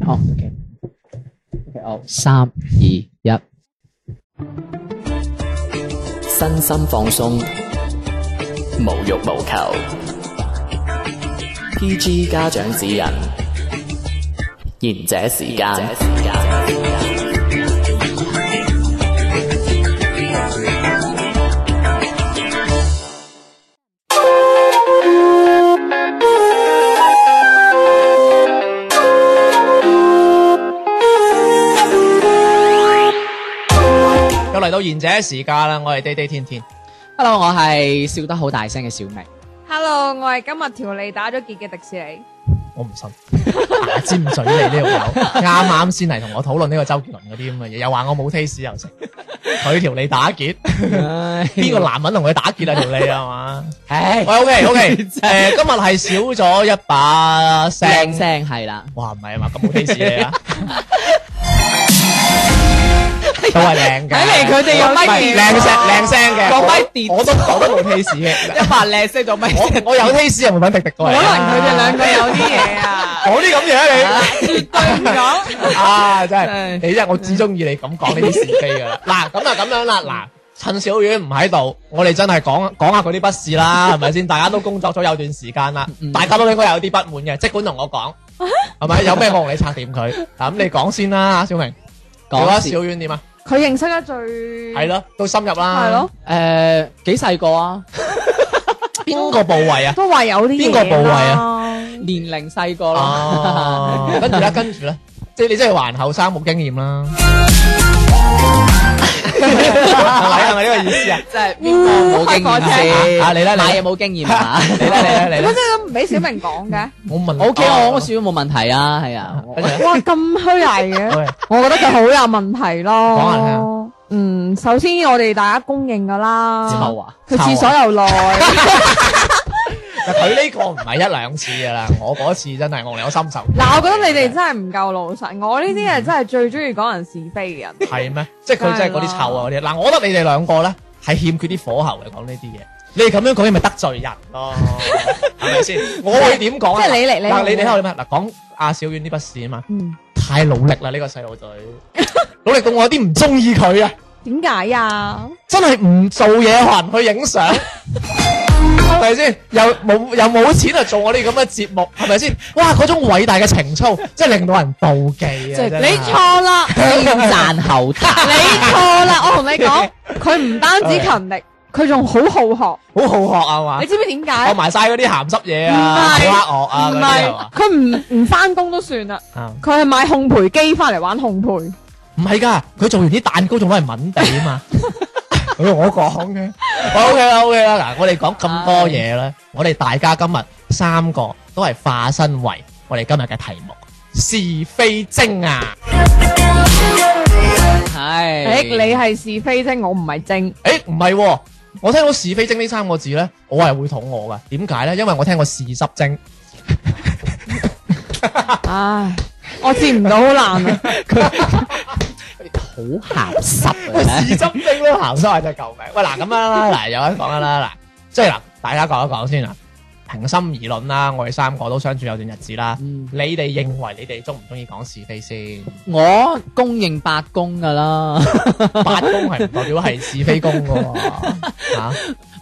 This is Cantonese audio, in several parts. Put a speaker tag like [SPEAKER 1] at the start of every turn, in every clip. [SPEAKER 1] 哦，OK，OK，好，三二一，
[SPEAKER 2] 身心放鬆，無欲無求。PG 家長指引，賢者時間。
[SPEAKER 3] 又嚟到賢者時間啦，我係地地天天。
[SPEAKER 1] Hello，我係笑得好大聲嘅小明，
[SPEAKER 4] Hello，我係今日條脷打咗結嘅迪士尼。
[SPEAKER 3] 我唔信，牙尖嘴利呢度友，啱啱先嚟同我討論呢個周杰倫嗰啲咁嘅嘢，又話我冇 taste 又成，佢條脷打結，邊個男人同佢打結啊條脷係嘛？
[SPEAKER 1] 唉
[SPEAKER 3] 喂，OK OK，誒、今日係少咗一把
[SPEAKER 1] 聲
[SPEAKER 3] 聲，
[SPEAKER 1] 聲係啦，
[SPEAKER 3] 哇唔係啊嘛，咁冇 taste 你啊， 都係靚嘅，
[SPEAKER 1] 睇嚟佢哋有咪
[SPEAKER 3] 唔係靚聲靚聲嘅，
[SPEAKER 1] 個咪跌
[SPEAKER 3] 我都我都冇 taste 嘅。
[SPEAKER 1] 一百靚聲到咪
[SPEAKER 3] 我我有 taste 又冇揾迪迪過嚟啊，
[SPEAKER 1] 個有啲嘢
[SPEAKER 3] 講啲咁嘢
[SPEAKER 4] 啊對唔講，
[SPEAKER 3] 你啊，真係
[SPEAKER 1] 唉
[SPEAKER 3] 你真係我只中意你咁講呢啲是非 噶啦。嗱，咁啊咁樣啦，嗱，趁小遠唔喺度，我哋真係講講下佢啲不是啦， 係咪先？大家都工作咗有段時間啦，
[SPEAKER 4] 嗯
[SPEAKER 3] 大家都應該有啲不滿嘅，即管同我 講，係咪？有咩我同你拆掂佢。嗱，咁你講先啦，小明，你覺得
[SPEAKER 1] 講
[SPEAKER 3] 小
[SPEAKER 1] 笑
[SPEAKER 3] 遠點啊？
[SPEAKER 4] 佢認識得最
[SPEAKER 3] 係，咯，都深入啦。
[SPEAKER 4] 係咯，，
[SPEAKER 1] 誒幾細個啊？
[SPEAKER 3] 邊個部位啊？
[SPEAKER 4] 都話有啲
[SPEAKER 3] 邊個部位
[SPEAKER 4] 啊？
[SPEAKER 1] 年齡細個咯，
[SPEAKER 3] 哦， 跟住咧，跟住咧，即係你真係還後生冇經驗啦，係咪呢個意 思啊？
[SPEAKER 1] 即係邊個冇經驗先？
[SPEAKER 3] 啊你啦你啦
[SPEAKER 1] 買嘢冇經驗啊？
[SPEAKER 3] 你啦你啦你
[SPEAKER 4] 點
[SPEAKER 3] 啦
[SPEAKER 4] 解真，係咁唔俾小明講嘅？
[SPEAKER 3] 我問
[SPEAKER 1] O K，
[SPEAKER 3] 哦
[SPEAKER 1] 我我算冇問題啊，係啊，我
[SPEAKER 3] 跟住咧
[SPEAKER 4] 哇，咁虛 偽嘅，
[SPEAKER 3] ，OK，
[SPEAKER 4] 我覺得佢好有問題
[SPEAKER 3] 講下
[SPEAKER 4] 咯
[SPEAKER 3] 聽。
[SPEAKER 4] 嗯，首先我哋大家公認噶啦，
[SPEAKER 1] 臭啊！
[SPEAKER 4] 佢廁所又耐，
[SPEAKER 3] 啊嗱佢呢個唔係一兩次噶啦，我嗰次真係我有心受。
[SPEAKER 4] 嗱，我覺得你哋真係唔夠老實，我呢啲係真係最中意講人是非嘅人。
[SPEAKER 3] 係咩？即係佢真係嗰啲臭啊嗰啲。嗱，我覺得你哋兩個咧係欠缺啲火候嚟講呢啲嘢。你哋咁樣講，你咪得罪人 咯，係咪先？我會點講啊？
[SPEAKER 4] 即係你嚟你
[SPEAKER 3] 嗱，
[SPEAKER 4] 嚟
[SPEAKER 3] 你哋喺度咩？嗱，講阿小遠啲不是啊嘛，
[SPEAKER 4] 嗯，
[SPEAKER 3] 太努力啦呢個細路仔， 努力到我有啲唔中意佢啊！
[SPEAKER 4] 點解啊呀？
[SPEAKER 3] 真係唔做嘢還去影相，係咪先？又冇又冇錢啊，做我哋咁嘅節目，係咪先？哇！嗰種偉大嘅情操，真係令到人妒忌啊！
[SPEAKER 1] 係
[SPEAKER 3] 真
[SPEAKER 4] 你
[SPEAKER 3] 係
[SPEAKER 4] 錯啦。
[SPEAKER 1] 先賺後
[SPEAKER 4] 你
[SPEAKER 1] 賺，
[SPEAKER 4] 錯啦！我同你講，佢唔單止 勤力，佢仲好好
[SPEAKER 3] 好好學啊
[SPEAKER 4] 學。
[SPEAKER 3] 嘛
[SPEAKER 4] 你，知唔知點
[SPEAKER 3] 學
[SPEAKER 4] 解？
[SPEAKER 3] 埋晒嗰啲鹹濕嘢啊，
[SPEAKER 4] 唔
[SPEAKER 3] 好
[SPEAKER 4] 係
[SPEAKER 3] 呃我啊
[SPEAKER 4] 唔
[SPEAKER 3] 嗰啲係
[SPEAKER 4] 係
[SPEAKER 3] 嘛
[SPEAKER 4] 佢唔唔翻工都算啦，
[SPEAKER 3] 啊
[SPEAKER 4] 佢係買烘焙機翻嚟玩烘焙。
[SPEAKER 3] 唔係㗎，佢做完啲蛋糕仲攞嚟抿地啊嘛。佢 同我講嘅，OK 啦 OK 啦，嗱，我哋講咁多嘢咧，我哋大家今日三個都係化身為我哋今日嘅題目是非精啊！
[SPEAKER 1] 係
[SPEAKER 4] 誒，你係是非精，我唔係精。
[SPEAKER 3] 诶，唔係喎，我聽到是非精呢三個字咧，我係會肚餓噶。點解咧？因為我聽過豉汁精，
[SPEAKER 4] 唉，我接唔到好 難啊！
[SPEAKER 1] 好鹹濕
[SPEAKER 3] 喂，豉
[SPEAKER 1] 啊！
[SPEAKER 3] 汁精都鹹濕係啊真係救命。喂，嗱咁樣啦，嗱有得講㗎啦，嗱，即係嗱，大家講一講先啦。平心而論啦，我哋三個都相處有段日子啦。
[SPEAKER 1] 嗯
[SPEAKER 3] 你哋認為你哋中唔中意講是非先？
[SPEAKER 1] 我公認八公噶 啦，
[SPEAKER 3] 八公係唔代表係是非公噶喎，嚇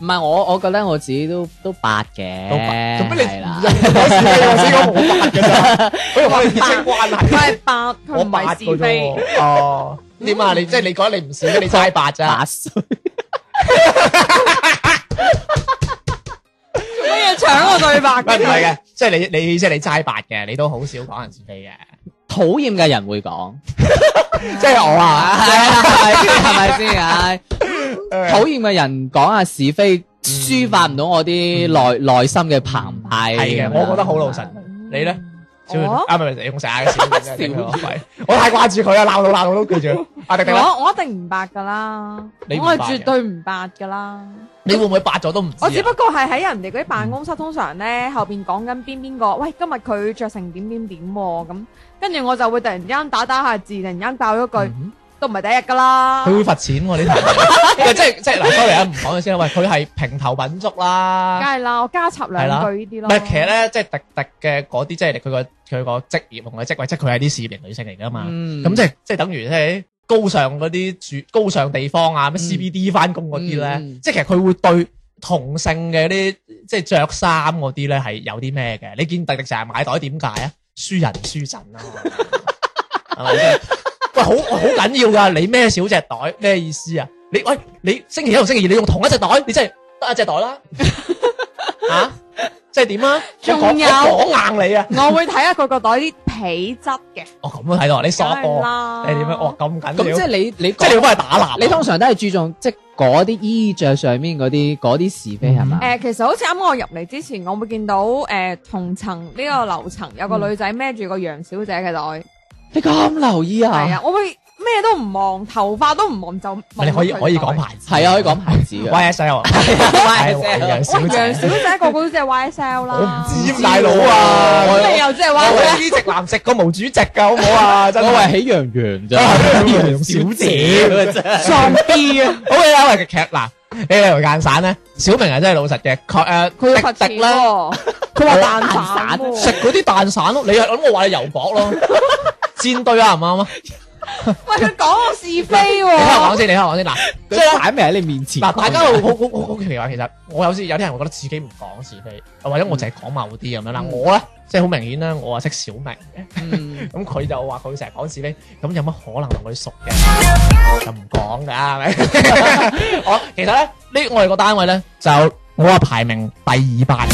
[SPEAKER 1] 唔係我，我覺得我自己都都八嘅，
[SPEAKER 3] 都八做咩
[SPEAKER 1] 係
[SPEAKER 3] 你啊
[SPEAKER 1] 啦
[SPEAKER 3] 講是非？我先講我八嘅咋，好似我哋血親關係
[SPEAKER 4] 佢。係八，佢
[SPEAKER 3] 我
[SPEAKER 4] 唔
[SPEAKER 3] 八
[SPEAKER 4] 係
[SPEAKER 3] 個
[SPEAKER 4] 是
[SPEAKER 3] 啫
[SPEAKER 4] 非。
[SPEAKER 3] 喎，哦，點啊？你即係你覺得你唔是非，你齋八咋
[SPEAKER 1] 八？歲，
[SPEAKER 4] 做乜嘢搶我對白
[SPEAKER 3] 唔係唔
[SPEAKER 4] 嘅？
[SPEAKER 3] 係嘅，即係你你即係你齋八嘅，你都好少講人是非嘅。
[SPEAKER 1] 討厭嘅人會 講，
[SPEAKER 3] 即係我啊，
[SPEAKER 1] 係啦，係咪先？唉，討厭嘅人講下是
[SPEAKER 3] 嗯
[SPEAKER 1] 非，抒發唔到我啲內內心嘅澎湃。
[SPEAKER 3] 係嘅，我覺得好老實。你咧？小
[SPEAKER 4] 我
[SPEAKER 3] 啊，唔係唔係，用成下嘅小嘅真係頂佢個肺我太掛住佢啊，鬧到鬧到都記住。阿迪迪呢，
[SPEAKER 4] 我我一定唔白噶啦，
[SPEAKER 3] 啊你唔
[SPEAKER 4] 我係
[SPEAKER 3] 白嘅
[SPEAKER 4] 絕對唔白噶啦。
[SPEAKER 3] 你會唔會八咗都唔知啊？
[SPEAKER 4] 我只不過係喺人哋嗰啲辦公室，通常咧後邊講緊邊邊個，喂，今日佢着成點點點喎咁，跟住我就會突然之間打打下字，突然間爆咗句，
[SPEAKER 3] 嗯
[SPEAKER 4] 都唔係第一日㗎啦。
[SPEAKER 3] 佢會罰錢喎呢 題，即係即係嗱，sorry 啊，唔講佢先啦。喂，佢係平頭品足啦
[SPEAKER 4] 梗，係啦，我加插兩
[SPEAKER 3] 係啦
[SPEAKER 4] 句呢啲
[SPEAKER 3] 唔
[SPEAKER 4] 咯。
[SPEAKER 3] 係其實咧，即係迪迪嘅嗰啲，即係佢個佢個職業同佢職位，即係佢係啲事業型女性嚟噶嘛。
[SPEAKER 1] 嗯
[SPEAKER 3] 咁即係即係等於即係高尚嗰啲住高尚地方啊，咩 CBD 翻工嗰啲咧，
[SPEAKER 1] 嗯嗯
[SPEAKER 3] 即係其實佢會對同性嘅啲即係着衫嗰啲咧係有啲咩嘅？你見迪迪成日買袋點解啊？輸人輸陣啊嘛，係咪先？喂，好好緊要㗎！你孭少隻袋咩意思啊？你喂你星期一同星期二你用同一隻袋，你真係得一隻袋啦，嚇、即係點啊？
[SPEAKER 4] 仲
[SPEAKER 3] 我講
[SPEAKER 4] 有
[SPEAKER 3] 我講硬你啊！
[SPEAKER 4] 我會睇下佢個袋啲皮質嘅，
[SPEAKER 3] 我咁都睇到啊，你傻
[SPEAKER 4] 梗係
[SPEAKER 3] 過，
[SPEAKER 4] 啦
[SPEAKER 3] 你點樣？哦咁緊要，
[SPEAKER 1] 咁即係你你
[SPEAKER 3] 即係你要
[SPEAKER 1] 講
[SPEAKER 3] 幫佢打蠟啊。
[SPEAKER 1] 你通常都係注重即係嗰啲衣着上面嗰啲嗰啲是非係嘛？
[SPEAKER 3] 嗯
[SPEAKER 4] 誒，呃其實好似啱啱我入嚟之前，我會見到誒同層呢個樓層有個女仔孭住個楊小姐嘅袋，
[SPEAKER 1] 你咁留意啊？
[SPEAKER 4] 係啊，我會咩都唔望，頭髮都唔望就望
[SPEAKER 3] 你可以
[SPEAKER 4] 佢
[SPEAKER 3] 可以
[SPEAKER 4] 袋
[SPEAKER 3] 講。牌子，
[SPEAKER 1] 係啊，可以講牌子嘅。
[SPEAKER 3] YSL，
[SPEAKER 1] YSL
[SPEAKER 3] 楊小
[SPEAKER 4] 喂，楊
[SPEAKER 3] 姐，
[SPEAKER 4] 小姐個個都即係 YSL 啦，
[SPEAKER 3] 我唔知大佬啊，
[SPEAKER 1] 我
[SPEAKER 4] 咩又即係
[SPEAKER 3] 我
[SPEAKER 4] YSL？
[SPEAKER 3] 呢直男食過毛主席㗎，好唔好啊？真
[SPEAKER 1] 我
[SPEAKER 3] 係
[SPEAKER 1] 係。喜羊羊咋，
[SPEAKER 3] 楊小姐
[SPEAKER 1] 真係喪啲啊！
[SPEAKER 3] 好嘅，因為其實嗱，你嚟間散咧，小明係真係老實嘅，確
[SPEAKER 4] 佢會
[SPEAKER 3] 誒
[SPEAKER 4] 罰
[SPEAKER 3] 滴
[SPEAKER 4] 錢
[SPEAKER 3] 滴咧
[SPEAKER 4] 喎，佢話蛋散
[SPEAKER 3] 啊食
[SPEAKER 4] 喎，
[SPEAKER 3] 嗰啲蛋散咯，你係咁我話你油 薄咯，煎堆啊唔啱啊？
[SPEAKER 4] 喂佢講我是非
[SPEAKER 3] 你聽我講
[SPEAKER 4] 喎，
[SPEAKER 3] 先，你聽我講先嗱，
[SPEAKER 1] 即
[SPEAKER 3] 即係
[SPEAKER 1] 係
[SPEAKER 3] 咧
[SPEAKER 1] 擺明喺你面前。
[SPEAKER 3] 嗱，大家好好好好好奇怪，其實我有時有啲人會覺得自己唔講是非，或
[SPEAKER 1] 嗯
[SPEAKER 3] 者我淨係講某啲咁樣啦。我咧即係好明顯啦，我係識小明嘅。
[SPEAKER 1] 嗯，
[SPEAKER 3] 咁佢就話佢成日講是非，咁有乜可能同佢熟嘅？就唔講㗎，係咪？ 我其實咧，呢我哋個單位咧就我話排名第二班，
[SPEAKER 1] 哦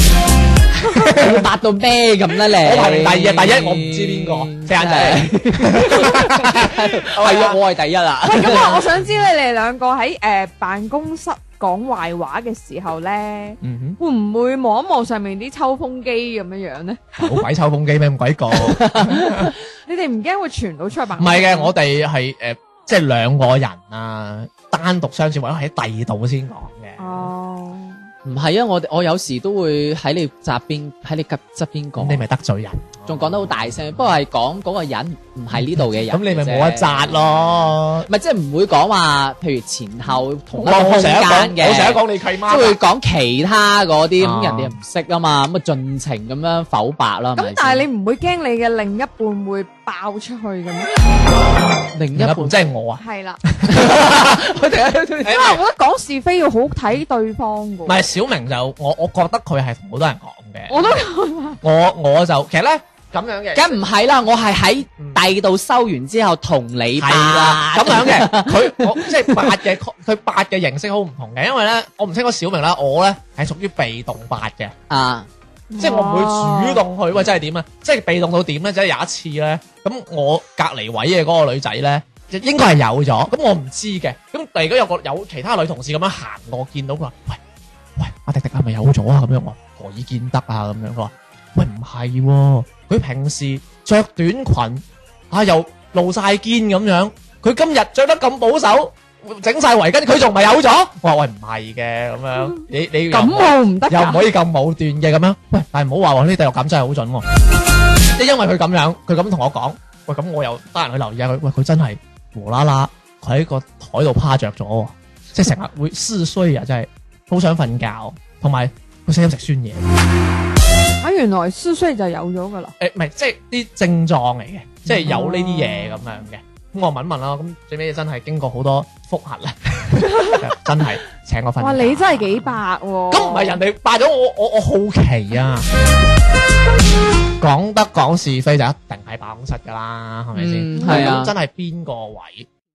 [SPEAKER 1] 你白到咩咁啦你？
[SPEAKER 3] 我排名第二啊，第一我唔知邊個，四眼
[SPEAKER 1] Dạ.
[SPEAKER 3] 仔。
[SPEAKER 1] 係啊，我係第一啦。
[SPEAKER 4] 喂咁啊，我想知咧，你哋兩個喺誒辦公室講壞話嘅時候咧。
[SPEAKER 3] 嗯
[SPEAKER 4] 會唔會望一望上面啲抽風機咁樣樣咧？
[SPEAKER 3] 哼，好鬼抽風機咩咁鬼講？唔
[SPEAKER 4] 你哋唔驚會傳到出去辦公室？
[SPEAKER 3] 係嘅，我哋係誒，即係兩個人啊，單獨相處或者喺第二度先講嘅。
[SPEAKER 4] 哦，
[SPEAKER 1] 唔係啊，我我有時都會喺你側邊，喺你側側邊
[SPEAKER 3] 咁你
[SPEAKER 1] 講，
[SPEAKER 3] 咪得罪人，
[SPEAKER 1] 仲講得好大聲。不過係講嗰個人唔係呢度嘅人，
[SPEAKER 3] 咁你咪冇得扎。咯。
[SPEAKER 1] 唔係即係唔會講話，譬如前後同一個
[SPEAKER 3] 我
[SPEAKER 1] 空
[SPEAKER 3] 我成日
[SPEAKER 1] 間
[SPEAKER 3] 講，我成日
[SPEAKER 1] 嘅，
[SPEAKER 3] 講你契媽
[SPEAKER 1] 即係會講其他嗰啲，
[SPEAKER 3] 啊
[SPEAKER 1] 咁人哋唔識啊嘛，咁啊盡情咁樣否白啦。係咪
[SPEAKER 4] 咁
[SPEAKER 1] 先
[SPEAKER 4] 但係你唔會驚你嘅另一半會爆出去嘅咩？
[SPEAKER 1] 另一
[SPEAKER 3] 另一
[SPEAKER 1] 半
[SPEAKER 3] 半即係我啊。
[SPEAKER 4] 係啦，
[SPEAKER 1] 佢哋
[SPEAKER 4] 因為我覺得講是非要好睇對方噶。
[SPEAKER 3] 唔係小明就我，我覺得佢係同好多人講嘅。
[SPEAKER 4] 我都
[SPEAKER 3] 我我就其實咧咁樣嘅，
[SPEAKER 1] 梗唔係啦，我係喺第度收完之後同你
[SPEAKER 3] 係啦
[SPEAKER 1] 啦，啊
[SPEAKER 3] 咁樣嘅，佢我即係八嘅，佢八嘅形式好唔同嘅，因為咧我唔清楚小明啦，我咧係屬於被動八嘅，
[SPEAKER 1] 啊，
[SPEAKER 3] 即係我唔會主動去喂，即係點啊？即係被動到點咧？即係有一次咧，咁我隔離位嘅嗰個女仔咧。應該係有咗，咁我唔知嘅。咁但係如果有個有其他女同事咁樣行過，見到佢話：喂喂，阿迪迪係咪有咗啊？咁樣我話何以見得啊？咁樣佢話：喂唔係喎，佢平時着短裙啊又露晒肩咁樣，佢今日着得咁保守，整晒圍巾，佢仲唔係有咗？我話喂唔係嘅咁樣，你你
[SPEAKER 4] 感 冒 唔得
[SPEAKER 3] 又唔
[SPEAKER 4] 㗎。
[SPEAKER 3] 可以咁武斷嘅咁樣。喂，但係唔好話我呢第六感真係好準喎，即係因為佢咁樣，佢咁同我講，喂咁我又得閒去留意下佢，喂佢真係無啦啦佢喺個台度趴着咗喎，即係成日會思衰啊，真係好想瞓覺，同埋佢死飲食酸嘢，
[SPEAKER 4] 啊，原來思衰就有咗噶啦。
[SPEAKER 3] 誒唔係即係啲症狀嚟嘅，即係有呢啲嘢咁樣嘅。咁我問一問啦，咁最尾真係經過好多複核啦，真係請我瞓覺。
[SPEAKER 4] 哇，你真係幾白喎！
[SPEAKER 3] 咁唔係人哋敗咗我，我我好奇啊！講得講是非就一定係辦公室噶啦，係咪先？
[SPEAKER 1] 嗯
[SPEAKER 3] 咁
[SPEAKER 1] 係啊
[SPEAKER 3] 真係邊個位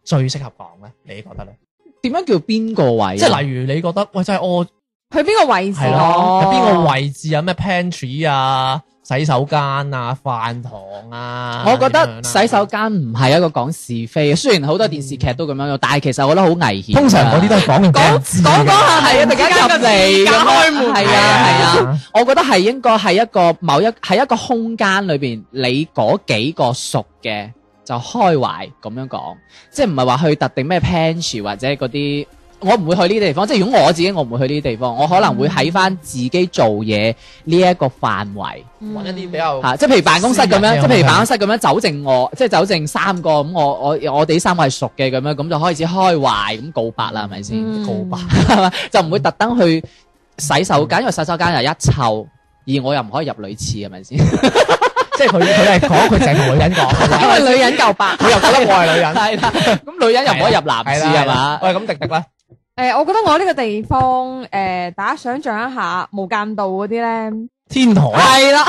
[SPEAKER 3] 最適合講咧？你覺得咧？
[SPEAKER 1] 點樣叫邊個位啊？
[SPEAKER 3] 即係例如你覺得喂，真係我
[SPEAKER 4] 去邊個位置
[SPEAKER 3] 係
[SPEAKER 1] 哦
[SPEAKER 3] 咯，邊個位置啊？咩 pantry 啊、洗手間啊、飯堂啊？
[SPEAKER 1] 我覺
[SPEAKER 3] 咁
[SPEAKER 1] 得
[SPEAKER 3] 樣啊
[SPEAKER 1] 洗手間唔係一個講是非，雖然好多電視劇都咁樣，但係其實我覺得好危險。
[SPEAKER 3] 通常嗰啲都係講完俾人知嘅
[SPEAKER 1] 啊講講下係啊，突然間入嚟咁開門，係
[SPEAKER 3] 係
[SPEAKER 1] 啊係啊。
[SPEAKER 3] 啊，
[SPEAKER 1] 我覺得係應該係一個某一喺一個空間裏邊，你嗰幾個熟嘅就開懷咁樣講，即係唔係話去特定咩 pantry 或者嗰啲我唔會去呢啲地方。即係如果我自己，我唔會去呢啲地方，我可能會喺翻自己做嘢呢一個範圍
[SPEAKER 3] 揾一啲比較
[SPEAKER 1] 嗯嚇、即係譬如辦公室咁
[SPEAKER 3] 哦私人
[SPEAKER 1] 樣，即係譬
[SPEAKER 3] 嘅係
[SPEAKER 1] 如辦公室咁樣走剩我，即係走剩三個咁，我我我哋三個係熟嘅咁樣，咁就開始開懷咁告白啦，係咪先？
[SPEAKER 3] 告白。
[SPEAKER 1] 就唔會特登去洗手間，因為洗手間又一臭，而我又唔可以入女廁，係咪先？
[SPEAKER 3] 即係佢佢係講佢淨係同女人講，
[SPEAKER 1] 因為女人夠白，
[SPEAKER 3] 佢又覺得我係女 人，
[SPEAKER 1] 係啦，咁女人又唔可以入男廁
[SPEAKER 3] 係
[SPEAKER 1] 係嘛？
[SPEAKER 3] 喂，咁迪迪咧，
[SPEAKER 4] 诶、我覺得我呢個地方诶、大家想象一下無間道嗰啲 咧，
[SPEAKER 3] 天堂啊
[SPEAKER 1] 係啦，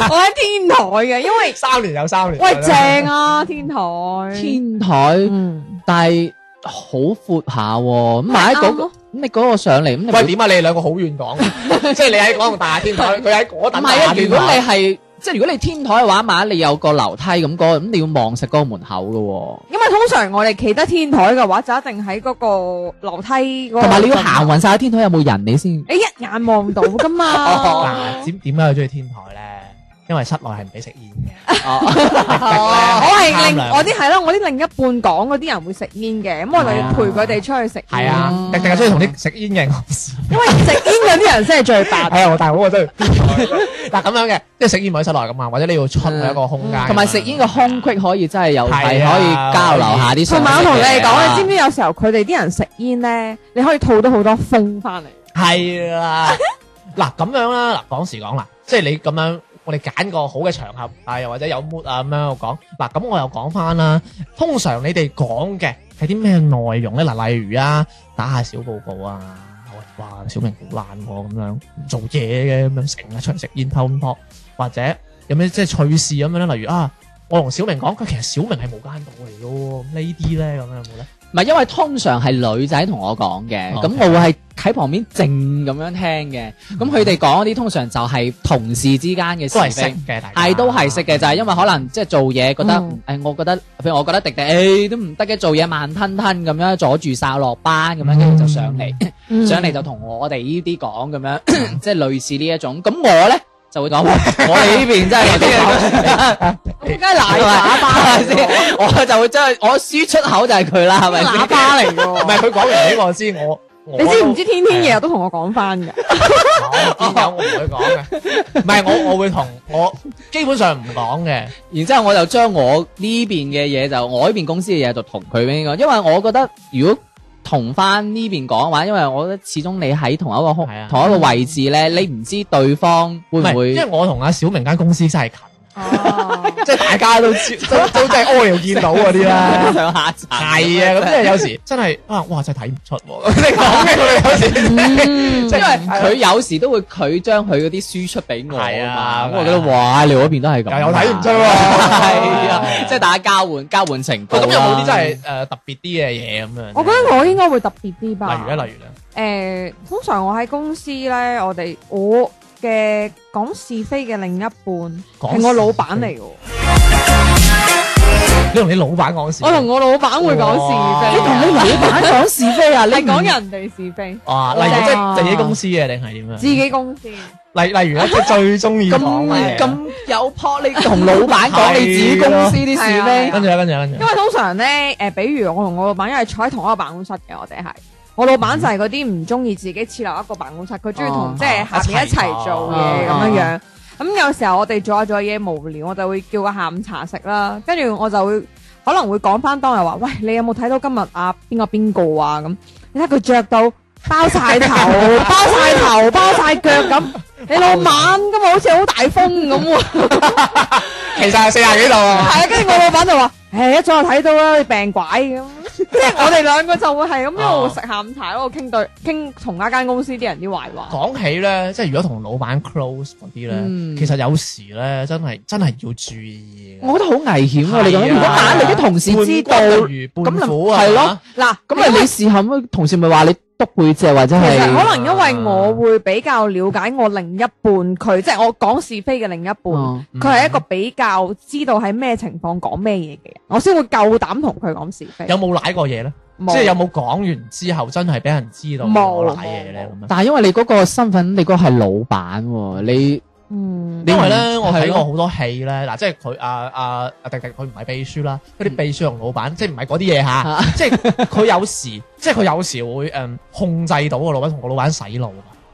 [SPEAKER 4] 我喺天台嘅， 因為
[SPEAKER 3] 三年有三年。
[SPEAKER 4] 喂正啊天台，
[SPEAKER 1] 天台，
[SPEAKER 4] 嗯，
[SPEAKER 1] 但係好闊下喎，咁買嗰
[SPEAKER 4] 啱
[SPEAKER 1] 個
[SPEAKER 4] 咯
[SPEAKER 1] 咁你嗰個上嚟，咁你
[SPEAKER 3] 喂
[SPEAKER 1] 唔
[SPEAKER 3] 點啊？你哋兩個好遠講，即係你喺廣同大廈天台，佢喺嗰
[SPEAKER 1] 係
[SPEAKER 3] 等大
[SPEAKER 1] 啊？如
[SPEAKER 3] 廈天
[SPEAKER 1] 果你
[SPEAKER 3] 台。
[SPEAKER 1] 係即係如果你天台嘅話，萬一你有個樓梯咁嗰個，咁你要望實嗰個門口嘅喎。
[SPEAKER 4] 因為通常我哋企得天台嘅話，就一定喺嗰個樓梯嗰個
[SPEAKER 1] 同埋你要行匀晒天台有冇人你先，
[SPEAKER 4] 你一眼望到噶嘛
[SPEAKER 3] 嗱，？點點解佢中意天台咧？因為室內係唔俾食煙嘅。
[SPEAKER 4] 我
[SPEAKER 3] 我
[SPEAKER 4] 係另我啲係啦，我啲另一半講嗰啲人會食煙嘅，咁我就要陪佢哋出去食
[SPEAKER 3] 啊係
[SPEAKER 4] 煙。
[SPEAKER 3] 啊，迪迪係中意同啲食煙嘅人講事。
[SPEAKER 4] 因為 食煙嗰啲人先係最白。
[SPEAKER 3] 係啊，我大佬我真係天台。嗱咁樣嘅，即係食煙唔喺室內噶嘛，或者你要出去一個空間。
[SPEAKER 1] 同埋食煙嘅空隙可以真係有，係
[SPEAKER 3] 係啊
[SPEAKER 1] 可以交流下啲信息嘅。
[SPEAKER 4] 同埋我同你
[SPEAKER 3] 啊
[SPEAKER 4] 哋講，你知唔知有時候佢哋啲人食煙咧，你可以吐到好多風翻嚟。
[SPEAKER 3] 係啦，嗱咁樣啦，嗱講時講啦，即係你咁樣，我哋揀個好嘅場合啊，又或者有 mood 啊咁樣我講。嗱咁我又講翻啦，通常你哋講嘅係啲咩內容咧？嗱，例如啊，打下小報告啊，喂哇，小明好爛喎咁樣，唔做嘢嘅咁樣，成日出去食煙偷咁多，或者有咩即係趣事咁樣咧？例如啊。我同小明講，佢其實小明係無間道嚟嘅喎，咁呢啲咧咁樣有冇咧？
[SPEAKER 1] 唔係，因為通常係女仔同我講嘅，咁
[SPEAKER 3] OK
[SPEAKER 1] 我會係喺旁邊靜咁樣聽嘅。咁佢哋講嗰啲通常就係同事之間嘅
[SPEAKER 3] 都係
[SPEAKER 1] 是
[SPEAKER 3] 識
[SPEAKER 1] 非，
[SPEAKER 3] 嘅，大家
[SPEAKER 1] 係都係識嘅，就係因為可能即係做嘢覺得，誒
[SPEAKER 4] 嗯、
[SPEAKER 1] 我覺得，譬如我覺得迪迪，誒、都唔得嘅，做嘢慢吞吞咁樣阻住晒我落班咁樣，跟住就上嚟，
[SPEAKER 3] 嗯
[SPEAKER 1] 上嚟就同我哋呢啲講咁 樣，嗯即係類似呢一種。咁我咧就會講，喂 我哋呢邊真係有啲
[SPEAKER 4] 咁梗係奶喇叭
[SPEAKER 1] 係咪 先？我就會將佢我輸出口就係佢啦，係咪先？
[SPEAKER 4] 喇叭嚟
[SPEAKER 3] 唔
[SPEAKER 4] 㗎。
[SPEAKER 3] 係佢講完俾我知，我 我
[SPEAKER 4] 嗯你知唔知天天夜日都同我講翻㗎？
[SPEAKER 3] 我邊有我唔會講嘅，唔係我我會同我基本上唔講嘅，
[SPEAKER 1] 然之後我就將我呢邊嘅嘢就我呢邊公司嘅嘢就同佢邊個，因為我覺得如果同翻呢邊講嘅話，因為我覺得始終你喺同一個空
[SPEAKER 3] 係啊
[SPEAKER 1] 同一個位置咧，你唔知對方會
[SPEAKER 3] 唔
[SPEAKER 1] 唔
[SPEAKER 3] 係
[SPEAKER 1] 會
[SPEAKER 3] 因為我同阿小明間公司真係啊近，
[SPEAKER 4] 哦，
[SPEAKER 3] 即係大家都知 都都真係屙尿見到嗰啲 啦。
[SPEAKER 1] 上下層
[SPEAKER 3] 係啊，咁即係有時真係啊，哇！真係睇唔出喎。 你講嘅我哋有時真係，
[SPEAKER 1] 因
[SPEAKER 3] 即
[SPEAKER 1] 為
[SPEAKER 3] 係
[SPEAKER 1] 佢有時都會佢將佢嗰啲輸出俾我
[SPEAKER 3] 係
[SPEAKER 1] 啊
[SPEAKER 3] 啊
[SPEAKER 1] 嘛，咁我覺得哇，你嗰邊都係咁啊，
[SPEAKER 3] 又有睇唔出喎
[SPEAKER 1] 係啊， 即係大家交換交換情報
[SPEAKER 3] 喂
[SPEAKER 1] 啦。
[SPEAKER 3] 咁有冇啲真係誒特別啲嘅嘢咁樣？
[SPEAKER 4] 我覺得我應該會特別啲吧。
[SPEAKER 3] 例如咧，例如咧，
[SPEAKER 4] 誒，通常我喺公司咧，我哋我嘅講是非嘅另一半係我老闆嚟嘅喎，
[SPEAKER 3] 你同你老闆講事，
[SPEAKER 4] 我同我老闆會講是
[SPEAKER 3] 哇
[SPEAKER 4] 非。
[SPEAKER 3] 你同你
[SPEAKER 1] 老闆講是非啊？你
[SPEAKER 4] 係講人哋是非，
[SPEAKER 3] 啊，例如即係
[SPEAKER 1] 哇
[SPEAKER 3] 自己公司嘅定係點樣？
[SPEAKER 4] 自己公司。
[SPEAKER 3] 例例如咧，即係最中意講
[SPEAKER 1] 咁
[SPEAKER 3] 嘅嘢。
[SPEAKER 1] 咁有 p 你 同老闆講你自己公司啲是非
[SPEAKER 4] 係啊
[SPEAKER 3] 跟住咧，跟住咧，跟住
[SPEAKER 4] 因為通常咧，誒、比如我同我老闆因為坐喺同一個辦公室嘅，我哋係。我老闆就係嗰啲唔中意自己設立一個辦公室，佢中意
[SPEAKER 1] 哦
[SPEAKER 4] 同即係下面一齊做嘢咁樣樣。咁有時候我哋做下做嘢無聊，我就會叫個下午茶食啦。跟住我就會可能會講翻當日話，喂，你有冇睇到今日啊邊個邊個啊咁？你睇佢着到包晒頭、包晒頭、包晒腳咁，你老闆今日好似好大風咁喎。
[SPEAKER 3] 其實係四廿幾度啊！
[SPEAKER 4] 系啊，跟住我老闆就話：，诶，一早就睇到啦，你病鬼咁。即係我哋兩個就會係咁一路食下午茶，一路傾對傾同一間公司啲人啲壞話。
[SPEAKER 3] 講起咧，即係如果同老闆 close 嗰啲咧，
[SPEAKER 1] 嗯
[SPEAKER 3] 其實有時咧真係真係要注意嘅。
[SPEAKER 1] 我覺得好危險啊！你咁樣，
[SPEAKER 3] 係啊
[SPEAKER 1] 如果萬一你啲同事知道，
[SPEAKER 3] 伴
[SPEAKER 1] 咁
[SPEAKER 3] 君如
[SPEAKER 1] 咁
[SPEAKER 3] 伴虎
[SPEAKER 1] 咪
[SPEAKER 3] 啊，
[SPEAKER 1] 係咯
[SPEAKER 3] 嘛，
[SPEAKER 4] 嗱，
[SPEAKER 1] 咪你試下咁，同事咪話你督背脊或者
[SPEAKER 4] 其實
[SPEAKER 1] 係啊
[SPEAKER 4] 可能因為我會比較了解我另一半，佢即係我講是非嘅另一半，佢
[SPEAKER 1] 嗯
[SPEAKER 4] 係一個比較知道喺咩情況講咩嘢嘅人，我先會夠膽同佢講是非。
[SPEAKER 3] 有冇舐過嘢咧？即
[SPEAKER 4] 冇
[SPEAKER 3] 係有冇講完之後真係俾人知道
[SPEAKER 4] 冇
[SPEAKER 3] 我舐嘢咧咁樣？
[SPEAKER 1] 但係因為你嗰個身份，你嗰個係老闆喎，你
[SPEAKER 4] 嗯，
[SPEAKER 3] 因為
[SPEAKER 1] 你
[SPEAKER 3] 咧，
[SPEAKER 1] 唔
[SPEAKER 3] 我睇
[SPEAKER 1] 係
[SPEAKER 3] 過
[SPEAKER 1] 咯
[SPEAKER 3] 好多戲咧，嗱，即係佢啊啊啊迪迪，佢唔係秘書啦，嗰啲秘書同老闆，即係唔係嗰啲嘢
[SPEAKER 1] 嗯啊
[SPEAKER 3] 吓，即係佢有時，即係佢有時會誒控制到個老闆同個老闆洗腦㗎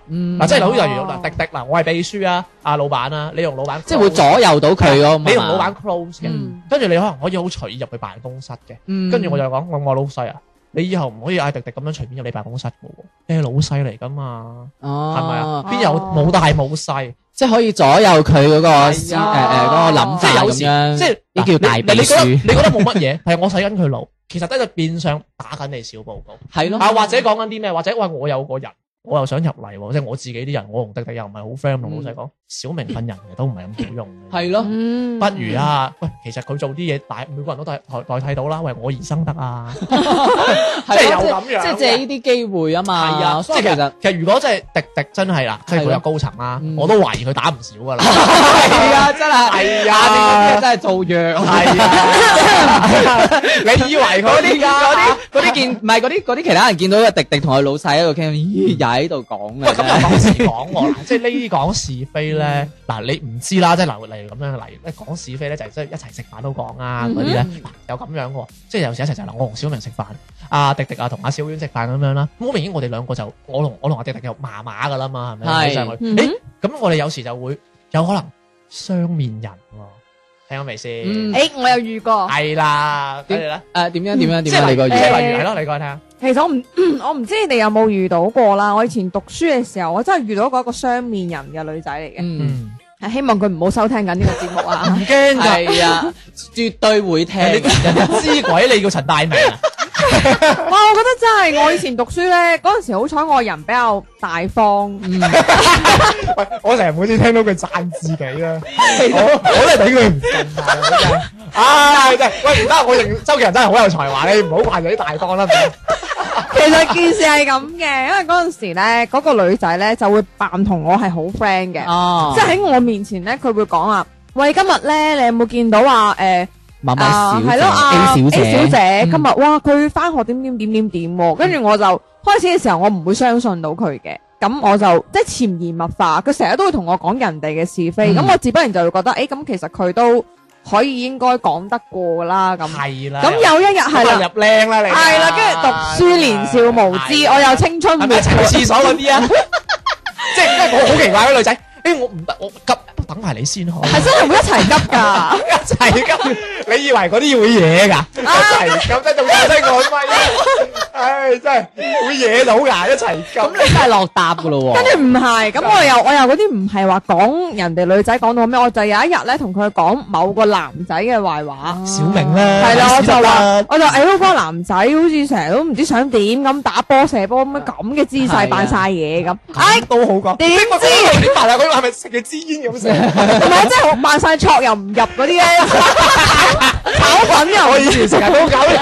[SPEAKER 1] 嗯
[SPEAKER 3] 嗱，即係好似例如
[SPEAKER 4] 哦
[SPEAKER 3] 嗱迪迪嗱，我係秘書啊，啊老闆啊，你同老闆
[SPEAKER 1] 即係會左右到佢嗰個
[SPEAKER 3] 你同
[SPEAKER 1] 嘛
[SPEAKER 3] 老闆 close 嘅
[SPEAKER 1] 嗯，
[SPEAKER 3] 跟住你可能可以好隨意入去辦公室嘅。
[SPEAKER 1] 嗯
[SPEAKER 3] 跟住我就講：我我老細啊，你以後唔可以嗌迪迪咁樣隨便入你辦公室嘅喎，你係老細嚟噶嘛，
[SPEAKER 1] 哦
[SPEAKER 3] 係咪啊？邊有
[SPEAKER 4] 哦
[SPEAKER 3] 冇大冇細？
[SPEAKER 1] 即係可以左右佢嗰個思誒誒
[SPEAKER 3] 係啊
[SPEAKER 1] 嗰個諗
[SPEAKER 3] 即
[SPEAKER 1] 法
[SPEAKER 3] 係有
[SPEAKER 1] 咁
[SPEAKER 3] 時，
[SPEAKER 1] 樣，
[SPEAKER 3] 即係
[SPEAKER 1] 呢叫大秘
[SPEAKER 3] 你你覺得你
[SPEAKER 1] 書，
[SPEAKER 3] 覺得冇乜嘢， 係我使緊佢腦，其實都係變相打緊你小報 告
[SPEAKER 1] 係咯，
[SPEAKER 3] 啊，或者講緊啲咩？或者喂，我有個人。我又想入嚟喎，即係我自己啲人，我同迪迪又唔係好 friend，同老細講，小明份人其實都唔係咁好用嘅。
[SPEAKER 1] 嗯 係咯，
[SPEAKER 4] 嗯
[SPEAKER 3] 不如啊，喂，其實佢做啲嘢，大每個人都代代代替到啦。喂，我而生得 啊，
[SPEAKER 1] 係咯啊
[SPEAKER 3] 即係有咁樣
[SPEAKER 1] 即係借呢啲機會啊嘛，
[SPEAKER 3] 係啊，即
[SPEAKER 1] 所以
[SPEAKER 3] 係
[SPEAKER 1] 其
[SPEAKER 3] 其
[SPEAKER 1] 實
[SPEAKER 3] 實。其實如果真係迪迪真係啦，即係
[SPEAKER 1] 係
[SPEAKER 3] 佢
[SPEAKER 1] 咯
[SPEAKER 3] 有高層啦
[SPEAKER 1] 嗯，
[SPEAKER 3] 我都懷疑佢打唔少噶啦。
[SPEAKER 1] 係啊，真係
[SPEAKER 3] 係
[SPEAKER 1] 啊，
[SPEAKER 3] 啊
[SPEAKER 1] 呢啲真係做藥。
[SPEAKER 3] 係啊，你以為
[SPEAKER 1] 嗰
[SPEAKER 3] 佢
[SPEAKER 1] 啲
[SPEAKER 3] 啲
[SPEAKER 1] 嗰
[SPEAKER 3] 㗎
[SPEAKER 1] 啲？嗰啲見唔係嗰啲嗰啲其他人見到個迪迪同佢老細喺度傾，咦又喺度講
[SPEAKER 3] 喂，咁又
[SPEAKER 1] 啊！
[SPEAKER 3] 講是講喎，嗱即係呢啲講是非咧，嗱你唔知啦，即係嗱例如咁樣，例如咧講是非咧就係即係一齊食飯都講啊嗰啲咧，嗱有咁樣喎，即係有時一齊就係嗱我同小明食飯，阿迪迪啊同阿小婉食飯咁樣啦，咁好明顯我哋兩個就我同我同阿迪迪就麻麻噶啦嘛，係咪？
[SPEAKER 1] 係
[SPEAKER 3] 睇上去，
[SPEAKER 4] 嗯
[SPEAKER 3] 誒咁我哋有時就會有可能雙面人喎，聽咗未先？
[SPEAKER 1] 嗯
[SPEAKER 4] 诶，我有遇過。
[SPEAKER 3] 係啦，跟住咧，
[SPEAKER 1] 誒點樣點樣
[SPEAKER 3] 即
[SPEAKER 1] 點樣？
[SPEAKER 3] 係
[SPEAKER 1] 你個
[SPEAKER 3] 即係
[SPEAKER 1] 語
[SPEAKER 3] 例如係咯，你講嚟聽下。
[SPEAKER 4] 其實我唔 我唔知你哋有冇遇到過啦。我以前讀書嘅時候，我真係遇到過一個雙面人嘅女仔嚟嘅。
[SPEAKER 1] 嗯
[SPEAKER 4] 係啊希望佢唔好收聽緊呢個節目啊！
[SPEAKER 3] 驚㗎
[SPEAKER 1] 係啊，絕對會聽
[SPEAKER 3] 人
[SPEAKER 1] 嘅。
[SPEAKER 3] 哋人哋知鬼你叫陳大明啊！
[SPEAKER 4] 哇，我覺得真係我以前讀書咧，嗰陣時好彩我人比較大方，
[SPEAKER 3] 喂，我成日每次聽到佢讚自己啦，我我都係頂佢唔順啊！我真係唉，真係喂，唔得，我認周杰倫真係好有才華，你唔好怪自己大方啦。
[SPEAKER 4] 其實件事係咁嘅，因為嗰陣時咧，嗰、個女仔咧就會扮同我係好 friend 嘅，
[SPEAKER 1] 哦
[SPEAKER 4] 即，係喺我面前咧，佢會講啊，喂，今日咧你有冇見到話誒？呃
[SPEAKER 1] 某某
[SPEAKER 4] 啊，
[SPEAKER 1] 小姐
[SPEAKER 4] 係咯，啊
[SPEAKER 1] A 小
[SPEAKER 4] A 小
[SPEAKER 1] 姐，
[SPEAKER 4] 姐今日哇，佢翻學點點點點點喎，跟住我就開始嘅時候我唔會相信到佢嘅，咁我就即係潛移默化，佢成日都會同我講人哋嘅是非，
[SPEAKER 1] 嗯
[SPEAKER 4] 咁我自不然就會覺得，誒咁其實佢都可以應該講得過啦咁。
[SPEAKER 3] 係啊啦，
[SPEAKER 4] 咁有一日係啦，
[SPEAKER 3] 入靚啦你。
[SPEAKER 4] 係啦，跟住讀書年少無知，我又青春
[SPEAKER 3] 係
[SPEAKER 4] 活
[SPEAKER 3] 咪一齊去
[SPEAKER 4] 潑，
[SPEAKER 3] 廁所嗰啲啊？ 即係因為我好奇怪嗰女仔，誒我唔得，我急，等埋你先 好。
[SPEAKER 4] 係真係會一齊急㗎。
[SPEAKER 3] 一齊急，你以為嗰啲會嘢㗎？一齊急，真係仲大聲我咪啊！唉，真係會嘢到㗎，一齊急。
[SPEAKER 1] 咁你真係落搭噶咯
[SPEAKER 4] 跟
[SPEAKER 1] 喎。
[SPEAKER 4] 住唔係，咁我又我又嗰啲唔係話講人哋女仔講到咩，我就有一日咧同佢講某個男仔嘅壞話，
[SPEAKER 3] 小明咧，
[SPEAKER 4] 係啦，我就話
[SPEAKER 3] 話
[SPEAKER 4] 我就誒嗰個男仔好似成日都唔知想點咁打波射波咁樣咁嘅姿
[SPEAKER 1] 係啊
[SPEAKER 4] 勢扮晒嘢咁，唉
[SPEAKER 3] 咁都好過。
[SPEAKER 4] 點
[SPEAKER 3] 我
[SPEAKER 4] 知
[SPEAKER 3] 知你白啊？佢係咪食嘅支煙咁食？
[SPEAKER 4] 同埋真係扮晒錯又唔入嗰啲咧，炒粉又
[SPEAKER 3] 我
[SPEAKER 4] 唔
[SPEAKER 3] 以前成日都搞嘅，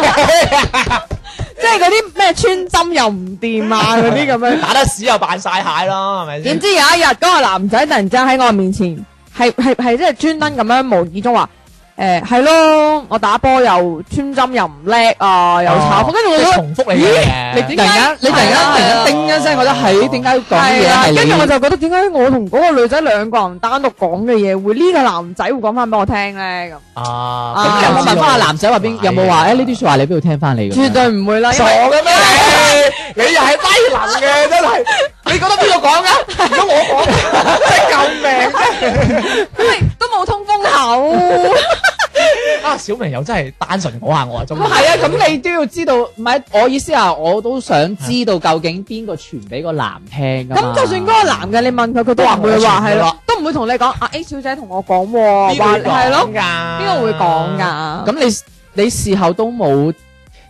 [SPEAKER 4] 即係嗰啲咩穿針又唔掂啊嗰啲咁樣。
[SPEAKER 3] 打得屎又扮晒蟹咯，係咪
[SPEAKER 4] 點
[SPEAKER 3] 先？
[SPEAKER 4] 知有一日嗰、個男仔突然之間喺我面前，係係係即係專登咁樣無意中話。誒係咯，我打波又穿針又唔叻啊，又炒風，跟住我
[SPEAKER 3] 即係
[SPEAKER 4] 覺得
[SPEAKER 3] 重複你嘅嘢。
[SPEAKER 4] 你點
[SPEAKER 1] 突然間，你突然間
[SPEAKER 4] 係啊
[SPEAKER 1] 突然間叮一聲，覺得係點解要講
[SPEAKER 4] 係啊，
[SPEAKER 1] 嘢係
[SPEAKER 4] 跟住我
[SPEAKER 1] 你？
[SPEAKER 4] 就覺得點解我同嗰個女仔兩個人單獨講嘅嘢，會呢個男仔會講翻俾我聽咧咁？
[SPEAKER 3] 啊？
[SPEAKER 1] 咁
[SPEAKER 4] 啊
[SPEAKER 1] 有
[SPEAKER 3] 咁
[SPEAKER 1] 冇問翻阿男仔話邊有冇話？誒呢啲説話你邊度聽翻嚟㗎？
[SPEAKER 4] 絕對唔會啦，因
[SPEAKER 3] 傻
[SPEAKER 4] 為
[SPEAKER 3] 嘅咩？你你又係低能嘅，真係。你覺得邊個講㗎？ 如果我講，真係救命啫！
[SPEAKER 4] 因為都冇通風 口。
[SPEAKER 3] 啊，小明又真係單純嗰下我啊，中意
[SPEAKER 1] 咁係啊，咁你都要知道，唔係我意思啊，我都想知道究竟邊個傳俾個男聽㗎嘛
[SPEAKER 4] 咁就算嗰個男嘅，你問佢，佢都話唔會話係咯，都唔會同你講啊 A 小姐同我講喎，話係咯，邊
[SPEAKER 3] 邊
[SPEAKER 4] 個會講？㗎？
[SPEAKER 1] 咁你你事後都冇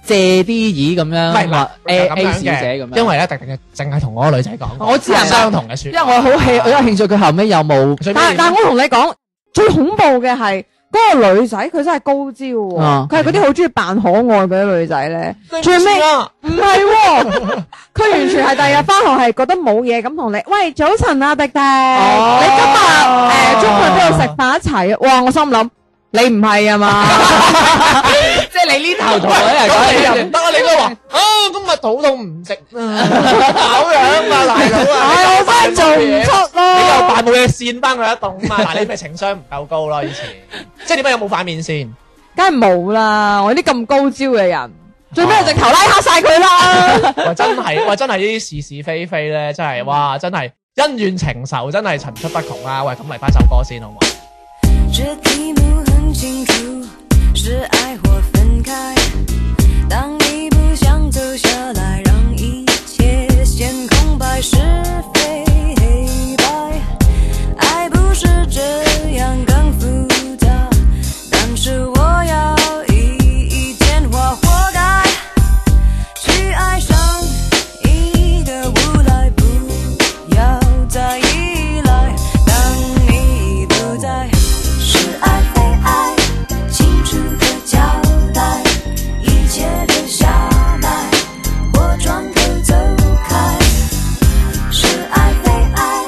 [SPEAKER 1] 借啲耳咁樣
[SPEAKER 3] 唔係嗱
[SPEAKER 1] 話 A
[SPEAKER 3] 咁
[SPEAKER 1] A
[SPEAKER 3] 樣
[SPEAKER 1] 小姐咁樣，
[SPEAKER 3] 因為咧，迪迪淨係同我個女仔講過，
[SPEAKER 1] 我知啊
[SPEAKER 3] 相同嘅説
[SPEAKER 1] 因為我好氣，我有興趣佢後尾有冇
[SPEAKER 3] 最尾
[SPEAKER 4] 但但我同你講，最恐怖嘅係嗰個女仔，佢真係高招
[SPEAKER 1] 啊
[SPEAKER 4] 喎，佢係嗰啲好中意扮可愛嗰啲女仔咧。最尾
[SPEAKER 3] 啦，
[SPEAKER 4] 唔係喎，佢完全係第日翻學係覺得冇嘢咁同你，喂早晨啊迪迪，你今日呃誒中午去邊度食飯一齊啊？哇！我心諗你唔係啊嘛，即
[SPEAKER 1] 係你呢頭同我呢頭
[SPEAKER 3] 咁你
[SPEAKER 1] 講
[SPEAKER 3] 又唔得啊！你都話啊，今日肚痛唔食啊，咁樣啊，大佬啊，
[SPEAKER 4] 唉，我真係做唔出
[SPEAKER 3] 你又
[SPEAKER 4] 咯。
[SPEAKER 3] 扮冇嘢扇翻佢一棟嘛？ 嗱，你咪情商唔夠高咯，以前即係點解有冇反面先？
[SPEAKER 4] 梗係冇啦，我呢啲咁高招嘅人，最尾我直頭拉黑晒佢啦。
[SPEAKER 3] 喂，真係，喂，真係呢啲是是非非咧，真係哇，真係恩怨情仇真係層出不窮啦！喂，咁嚟翻首歌先好啊唔好？
[SPEAKER 5] 这题目很清楚，是爱或分开。当你不想走下来，让一切显空白，是非黑白。爱不是这样更复杂，但是我要一一简化，活该。去爱上一个无赖，不要再依赖。当你不在，是爱非爱，清楚的交代，一切留下来，或转头走开。是爱非爱，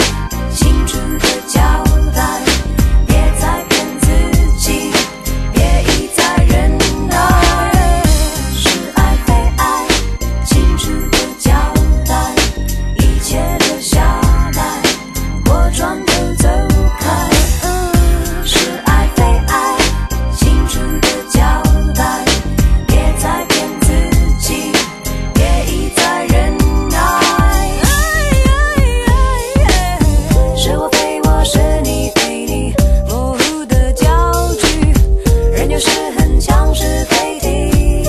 [SPEAKER 5] 清楚的交代，别再骗自己，别一再忍耐。是爱非爱，清楚的交代，一切留下来，或转头走开。是爱非爱，清楚的交代，别再骗自己，别一再忍耐。是我非我，是你非你，模糊的焦距，人有时很像是非题。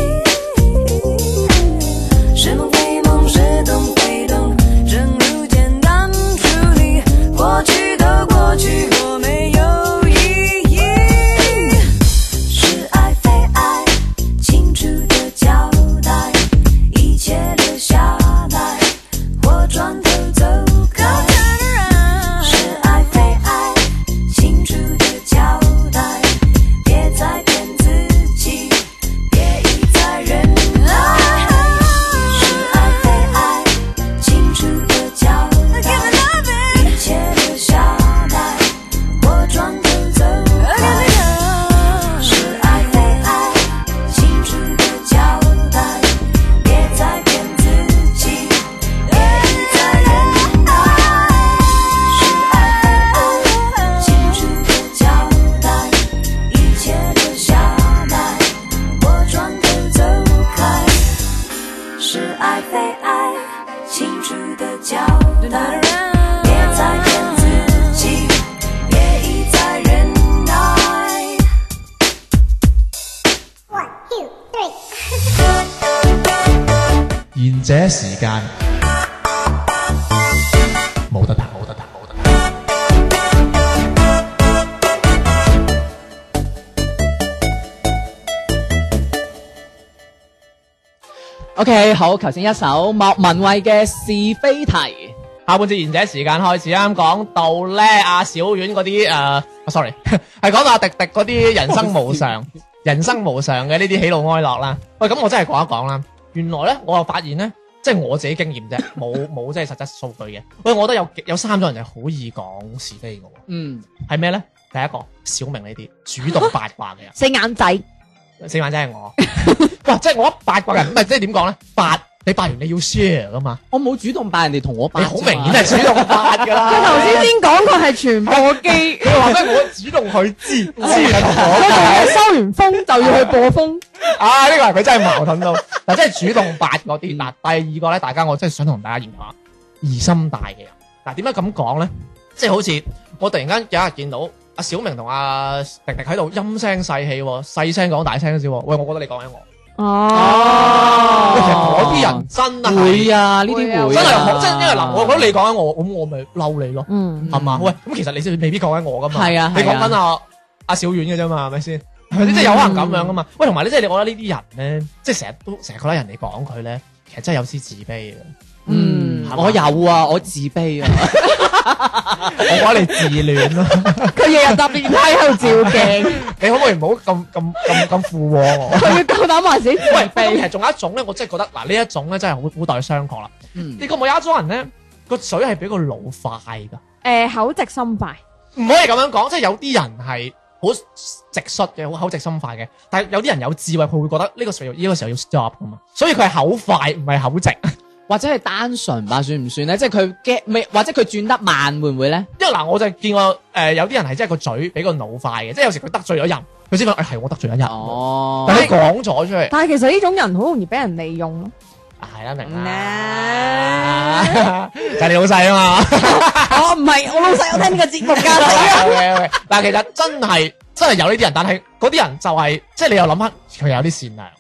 [SPEAKER 5] 是梦非梦，是懂非懂，正如简单处理，过去都过去，我没有意义。是爱非爱，清楚的交代，一切留下来，或转头走开。是爱非爱，清楚的交代，别再骗自己，别一再忍耐。是爱非爱，清楚的交代，一切留下来，或转头走开。是爱非爱，清楚的交代，别再骗自己，别再忍耐。是爱非爱，清楚的交代，一切留下来，我转头走开。是爱非爱，清楚的交代，别再骗自己，别一再忍耐。
[SPEAKER 6] One, two, three.
[SPEAKER 3] 賢者時間冇得彈，冇得彈，冇得彈。
[SPEAKER 1] OK，好，頭先一首莫文蔚嘅是非題，
[SPEAKER 3] 下半節賢者時間開始，啱講到咧，阿小丸嗰啲誒啊，sorry，係 講到阿迪迪嗰啲人生無 常、人生無常嘅呢啲喜怒哀樂啦。喂，咁我真係講一講啦。原來咧，我又發現咧，即係我自己經驗 啫，冇冇即係實質數據嘅。喂，我覺得有有三種人係好易講是非嘅喎，
[SPEAKER 1] 嗯，
[SPEAKER 3] 係咩咧？第一個小明呢啲主動八卦嘅人。
[SPEAKER 4] 四眼仔，
[SPEAKER 3] 四眼仔係我，哇！即係我一八卦人，唔係即係點講咧？八你八完你要 share 噶嘛？
[SPEAKER 1] 我冇主動扮人哋同我
[SPEAKER 3] 你
[SPEAKER 1] 扮，
[SPEAKER 3] 好明顯係主動八噶啦。
[SPEAKER 4] 佢頭先先講佢係傳播機，
[SPEAKER 3] 你話咩？啊我主動去知，知係同
[SPEAKER 4] 我
[SPEAKER 3] 我
[SPEAKER 4] 仲係收完風就要去播風。
[SPEAKER 3] 啊！呢個係佢真係矛盾到， 嗱，真係主動八嗰啲。嗱，第二個咧，大家我真係想同大家研究下疑心大嘅人。嗱，點解咁講咧？即係好似我突然間有一日見到阿小明同阿迪迪喺度陰聲細氣喎，細聲講大聲少喎。喂，我覺得你講緊我。
[SPEAKER 4] 哦
[SPEAKER 3] 喂，其實嗰啲人真係
[SPEAKER 1] 會啊，呢啲
[SPEAKER 4] 會啊
[SPEAKER 1] 會啊，
[SPEAKER 3] 真係好，真係因為嗱，我覺得你講緊我，咁我咪嬲你咯，
[SPEAKER 4] 嗯，
[SPEAKER 3] 係嘛？喂，咁其實你真係未必講緊我噶嘛，
[SPEAKER 1] 係啊係啊嗯
[SPEAKER 3] 你講緊阿阿小丸嘅啫嘛，係咪先？係咪先？即係有可能咁樣噶嘛？喂，同埋咧，即係你覺得呢啲人咧，即係成日都成日覺得人哋講佢咧，其實真係有啲自卑嘅。啊
[SPEAKER 1] 嗯
[SPEAKER 3] 係，嘛
[SPEAKER 1] 我有啊，我自卑啊，
[SPEAKER 3] 我覺得你自戀咯，
[SPEAKER 4] 佢日日搭電梯喺度照鏡，
[SPEAKER 3] 你可唔可以唔好咁咁咁咁附和我？
[SPEAKER 4] 佢要夠膽話自己自
[SPEAKER 3] 喂，
[SPEAKER 4] 卑
[SPEAKER 3] 其。實仲有一種咧，我真係覺得嗱，呢一種咧真係好古代商榷啦。
[SPEAKER 1] 嗯
[SPEAKER 3] 你覺唔覺有一種人咧，個嘴係比個腦快㗎？
[SPEAKER 4] 誒口直心快，
[SPEAKER 3] 唔可以咁樣講，即係有啲人係好直率嘅，好口直心快嘅。但係有啲人有智慧，佢會覺得呢個時候呢、個時候要 stop 噶嘛，所以佢係口快唔係口直，
[SPEAKER 1] 或者係單純吧，算唔算咧？即係佢 get 未，或者佢轉得慢會唔會咧？
[SPEAKER 3] 因為嗱我就見過誒、呃有啲人係真係個嘴比個腦快嘅，即係有時佢得罪咗人，佢先講哎誒係我得罪咗人，
[SPEAKER 1] 哦，
[SPEAKER 3] 但係你講咗出嚟，
[SPEAKER 4] 但系其實呢種人好容易俾人利用咯。
[SPEAKER 3] 係啦明啦
[SPEAKER 4] 嗯，
[SPEAKER 3] 就係你老細啊嘛。
[SPEAKER 4] 我唔係，我老細有聽呢個節目㗎。
[SPEAKER 3] 喂但係其實真係真係有呢啲人，但係嗰啲人就係即係你又諗翻佢有啲善良嘅，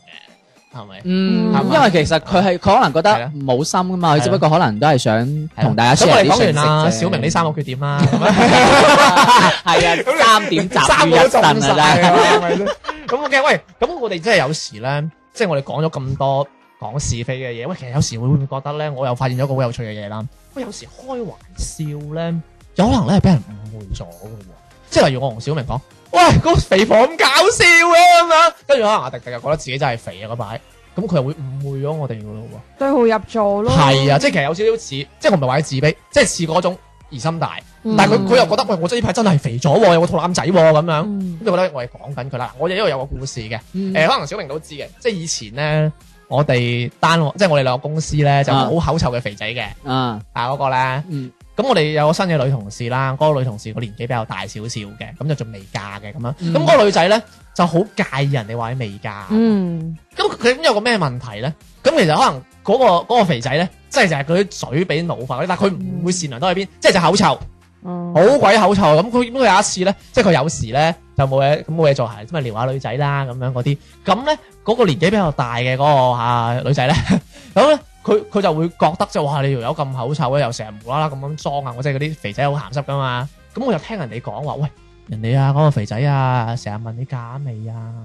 [SPEAKER 3] 係咪？
[SPEAKER 1] 嗯，
[SPEAKER 4] 係
[SPEAKER 1] 因
[SPEAKER 3] 嘛
[SPEAKER 1] 為其實佢係佢可能覺得
[SPEAKER 3] 係啊
[SPEAKER 1] 冇心噶嘛，
[SPEAKER 3] 係
[SPEAKER 1] 佢
[SPEAKER 3] 啊
[SPEAKER 1] 只不過可能都係想同大家
[SPEAKER 3] 咁我
[SPEAKER 1] share 啲
[SPEAKER 3] 哋講
[SPEAKER 1] 信息
[SPEAKER 3] 完啦，
[SPEAKER 1] 啫
[SPEAKER 3] 小明呢三個缺點啊 啦，
[SPEAKER 1] 係 啊，三點集
[SPEAKER 3] 三
[SPEAKER 1] 於
[SPEAKER 3] 個
[SPEAKER 1] 一
[SPEAKER 3] 都中
[SPEAKER 1] 身啊，
[SPEAKER 3] 曬
[SPEAKER 1] 真係
[SPEAKER 3] 啦，係咪先咁 OK，喂，咁我哋真係有時咧，即係我哋講咗咁多講是非嘅嘢，喂，其實有時會唔會覺得咧，我又發現咗一個好有趣嘅嘢啦。喂，有時開玩笑咧，有可能咧係俾人誤會咗嘅喎。即係例如我同小明講，喂，個肥婆咁搞笑啊咁樣，跟住可能阿迪迪又覺得自己真係肥啊嗰排，咁佢又會誤會咗我哋嘅咯喎。
[SPEAKER 4] 對號入座咯。
[SPEAKER 3] 係啊，即係其實有少少似，即係我唔係話佢自卑，即係似嗰種疑心大，
[SPEAKER 4] 嗯
[SPEAKER 3] 但係佢佢又覺得喂，我真係呢排真係肥咗喎，有個肚腩仔喎咁樣，
[SPEAKER 4] 嗯
[SPEAKER 3] 咁就覺得我係講緊佢啦。我哋因為有個故事嘅，誒、
[SPEAKER 1] 嗯
[SPEAKER 3] 可能小明都知嘅，即係以前咧，我哋單位即係我哋兩個公司咧
[SPEAKER 4] 啊
[SPEAKER 3] 就好口臭嘅肥仔嘅，
[SPEAKER 1] 啊，
[SPEAKER 3] 啊嗰、個咧，
[SPEAKER 1] 嗯
[SPEAKER 3] 咁我哋有個新嘅女同事啦，嗰、個女同事個年紀比較大少少嘅，咁就仲未嫁嘅咁樣，咁、
[SPEAKER 1] 嗯
[SPEAKER 3] 嗰個女仔咧就好介意人哋話佢未嫁。
[SPEAKER 4] 嗯，
[SPEAKER 3] 咁佢咁有個咩問題咧？咁其實可能嗰、個嗰個肥仔咧，即係就係佢啲嘴俾腦化嗰啲，但係佢唔會善良到去邊，即係就口臭，
[SPEAKER 4] 嗯
[SPEAKER 3] 好鬼口臭。咁佢咁佢有一次咧，即係佢有時咧就冇嘢咁冇嘢做，係咁咪撩下女仔啦咁樣嗰啲。咁咧嗰個年紀比較大嘅嗰、個、啊、女仔咧， 咁咧佢佢就會覺得就話你條友咁口臭咧，又成日無啦啦咁樣裝啊！我即係嗰啲肥仔好鹹濕噶嘛。咁我又聽人哋講話，喂人哋啊嗰、個肥仔啊，成日問你嫁未啊？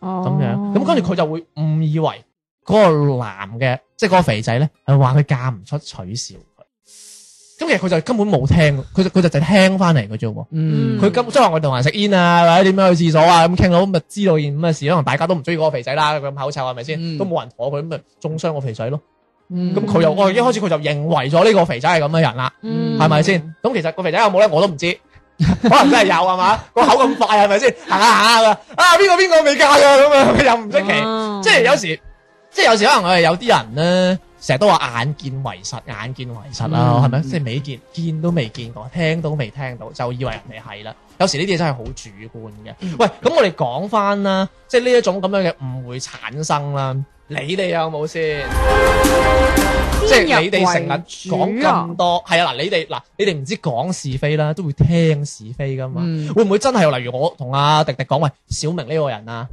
[SPEAKER 3] 咁樣，咁跟住佢就會誤以為嗰個男嘅，即係嗰個肥仔咧，係話佢嫁唔出取笑佢。咁其實佢就根本冇聽，佢就佢就就聽翻嚟嘅啫喎。
[SPEAKER 1] 嗯
[SPEAKER 4] 嗯
[SPEAKER 3] 佢咁即係話我同人食煙啊，或者點樣去廁所啊，咁傾到咁咪知道件咁嘅事，可能大家都唔中意嗰個肥仔啦，佢咁口臭係咪
[SPEAKER 1] 嗯
[SPEAKER 3] 先？都冇人妥佢，咁咪中傷個肥仔咯。
[SPEAKER 1] 嗯
[SPEAKER 3] 咁佢又我一開始佢就認為咗呢個肥仔係咁嘅人啦。
[SPEAKER 4] 嗯
[SPEAKER 3] 係咪先？咁其實個肥仔有冇咧，我都唔知，可能真係有係嘛？個口咁快係咪先？行下行下啊，邊個邊個未嫁㗎咁啊，又唔出奇。
[SPEAKER 1] 哦
[SPEAKER 4] 嗯
[SPEAKER 3] 即係有時，即係有時可能我哋有啲人咧，成日都話眼見為實，眼見為實啦，
[SPEAKER 1] 嗯
[SPEAKER 3] 係咪？即係未見，見都未見過，聽都未聽到，就以為人哋係啦。有時呢啲嘢真係好主觀嘅。
[SPEAKER 1] 嗯
[SPEAKER 3] 喂，咁我哋講翻啦，即係呢一種咁樣嘅誤會產生啦，你哋有冇先？即係你哋成日講咁多，係啊嗱，你哋嗱，你哋唔知講是非啦，都會聽是非噶嘛。
[SPEAKER 1] 嗯
[SPEAKER 3] 會唔會真係例如我同阿迪迪講喂，小明呢個人啊，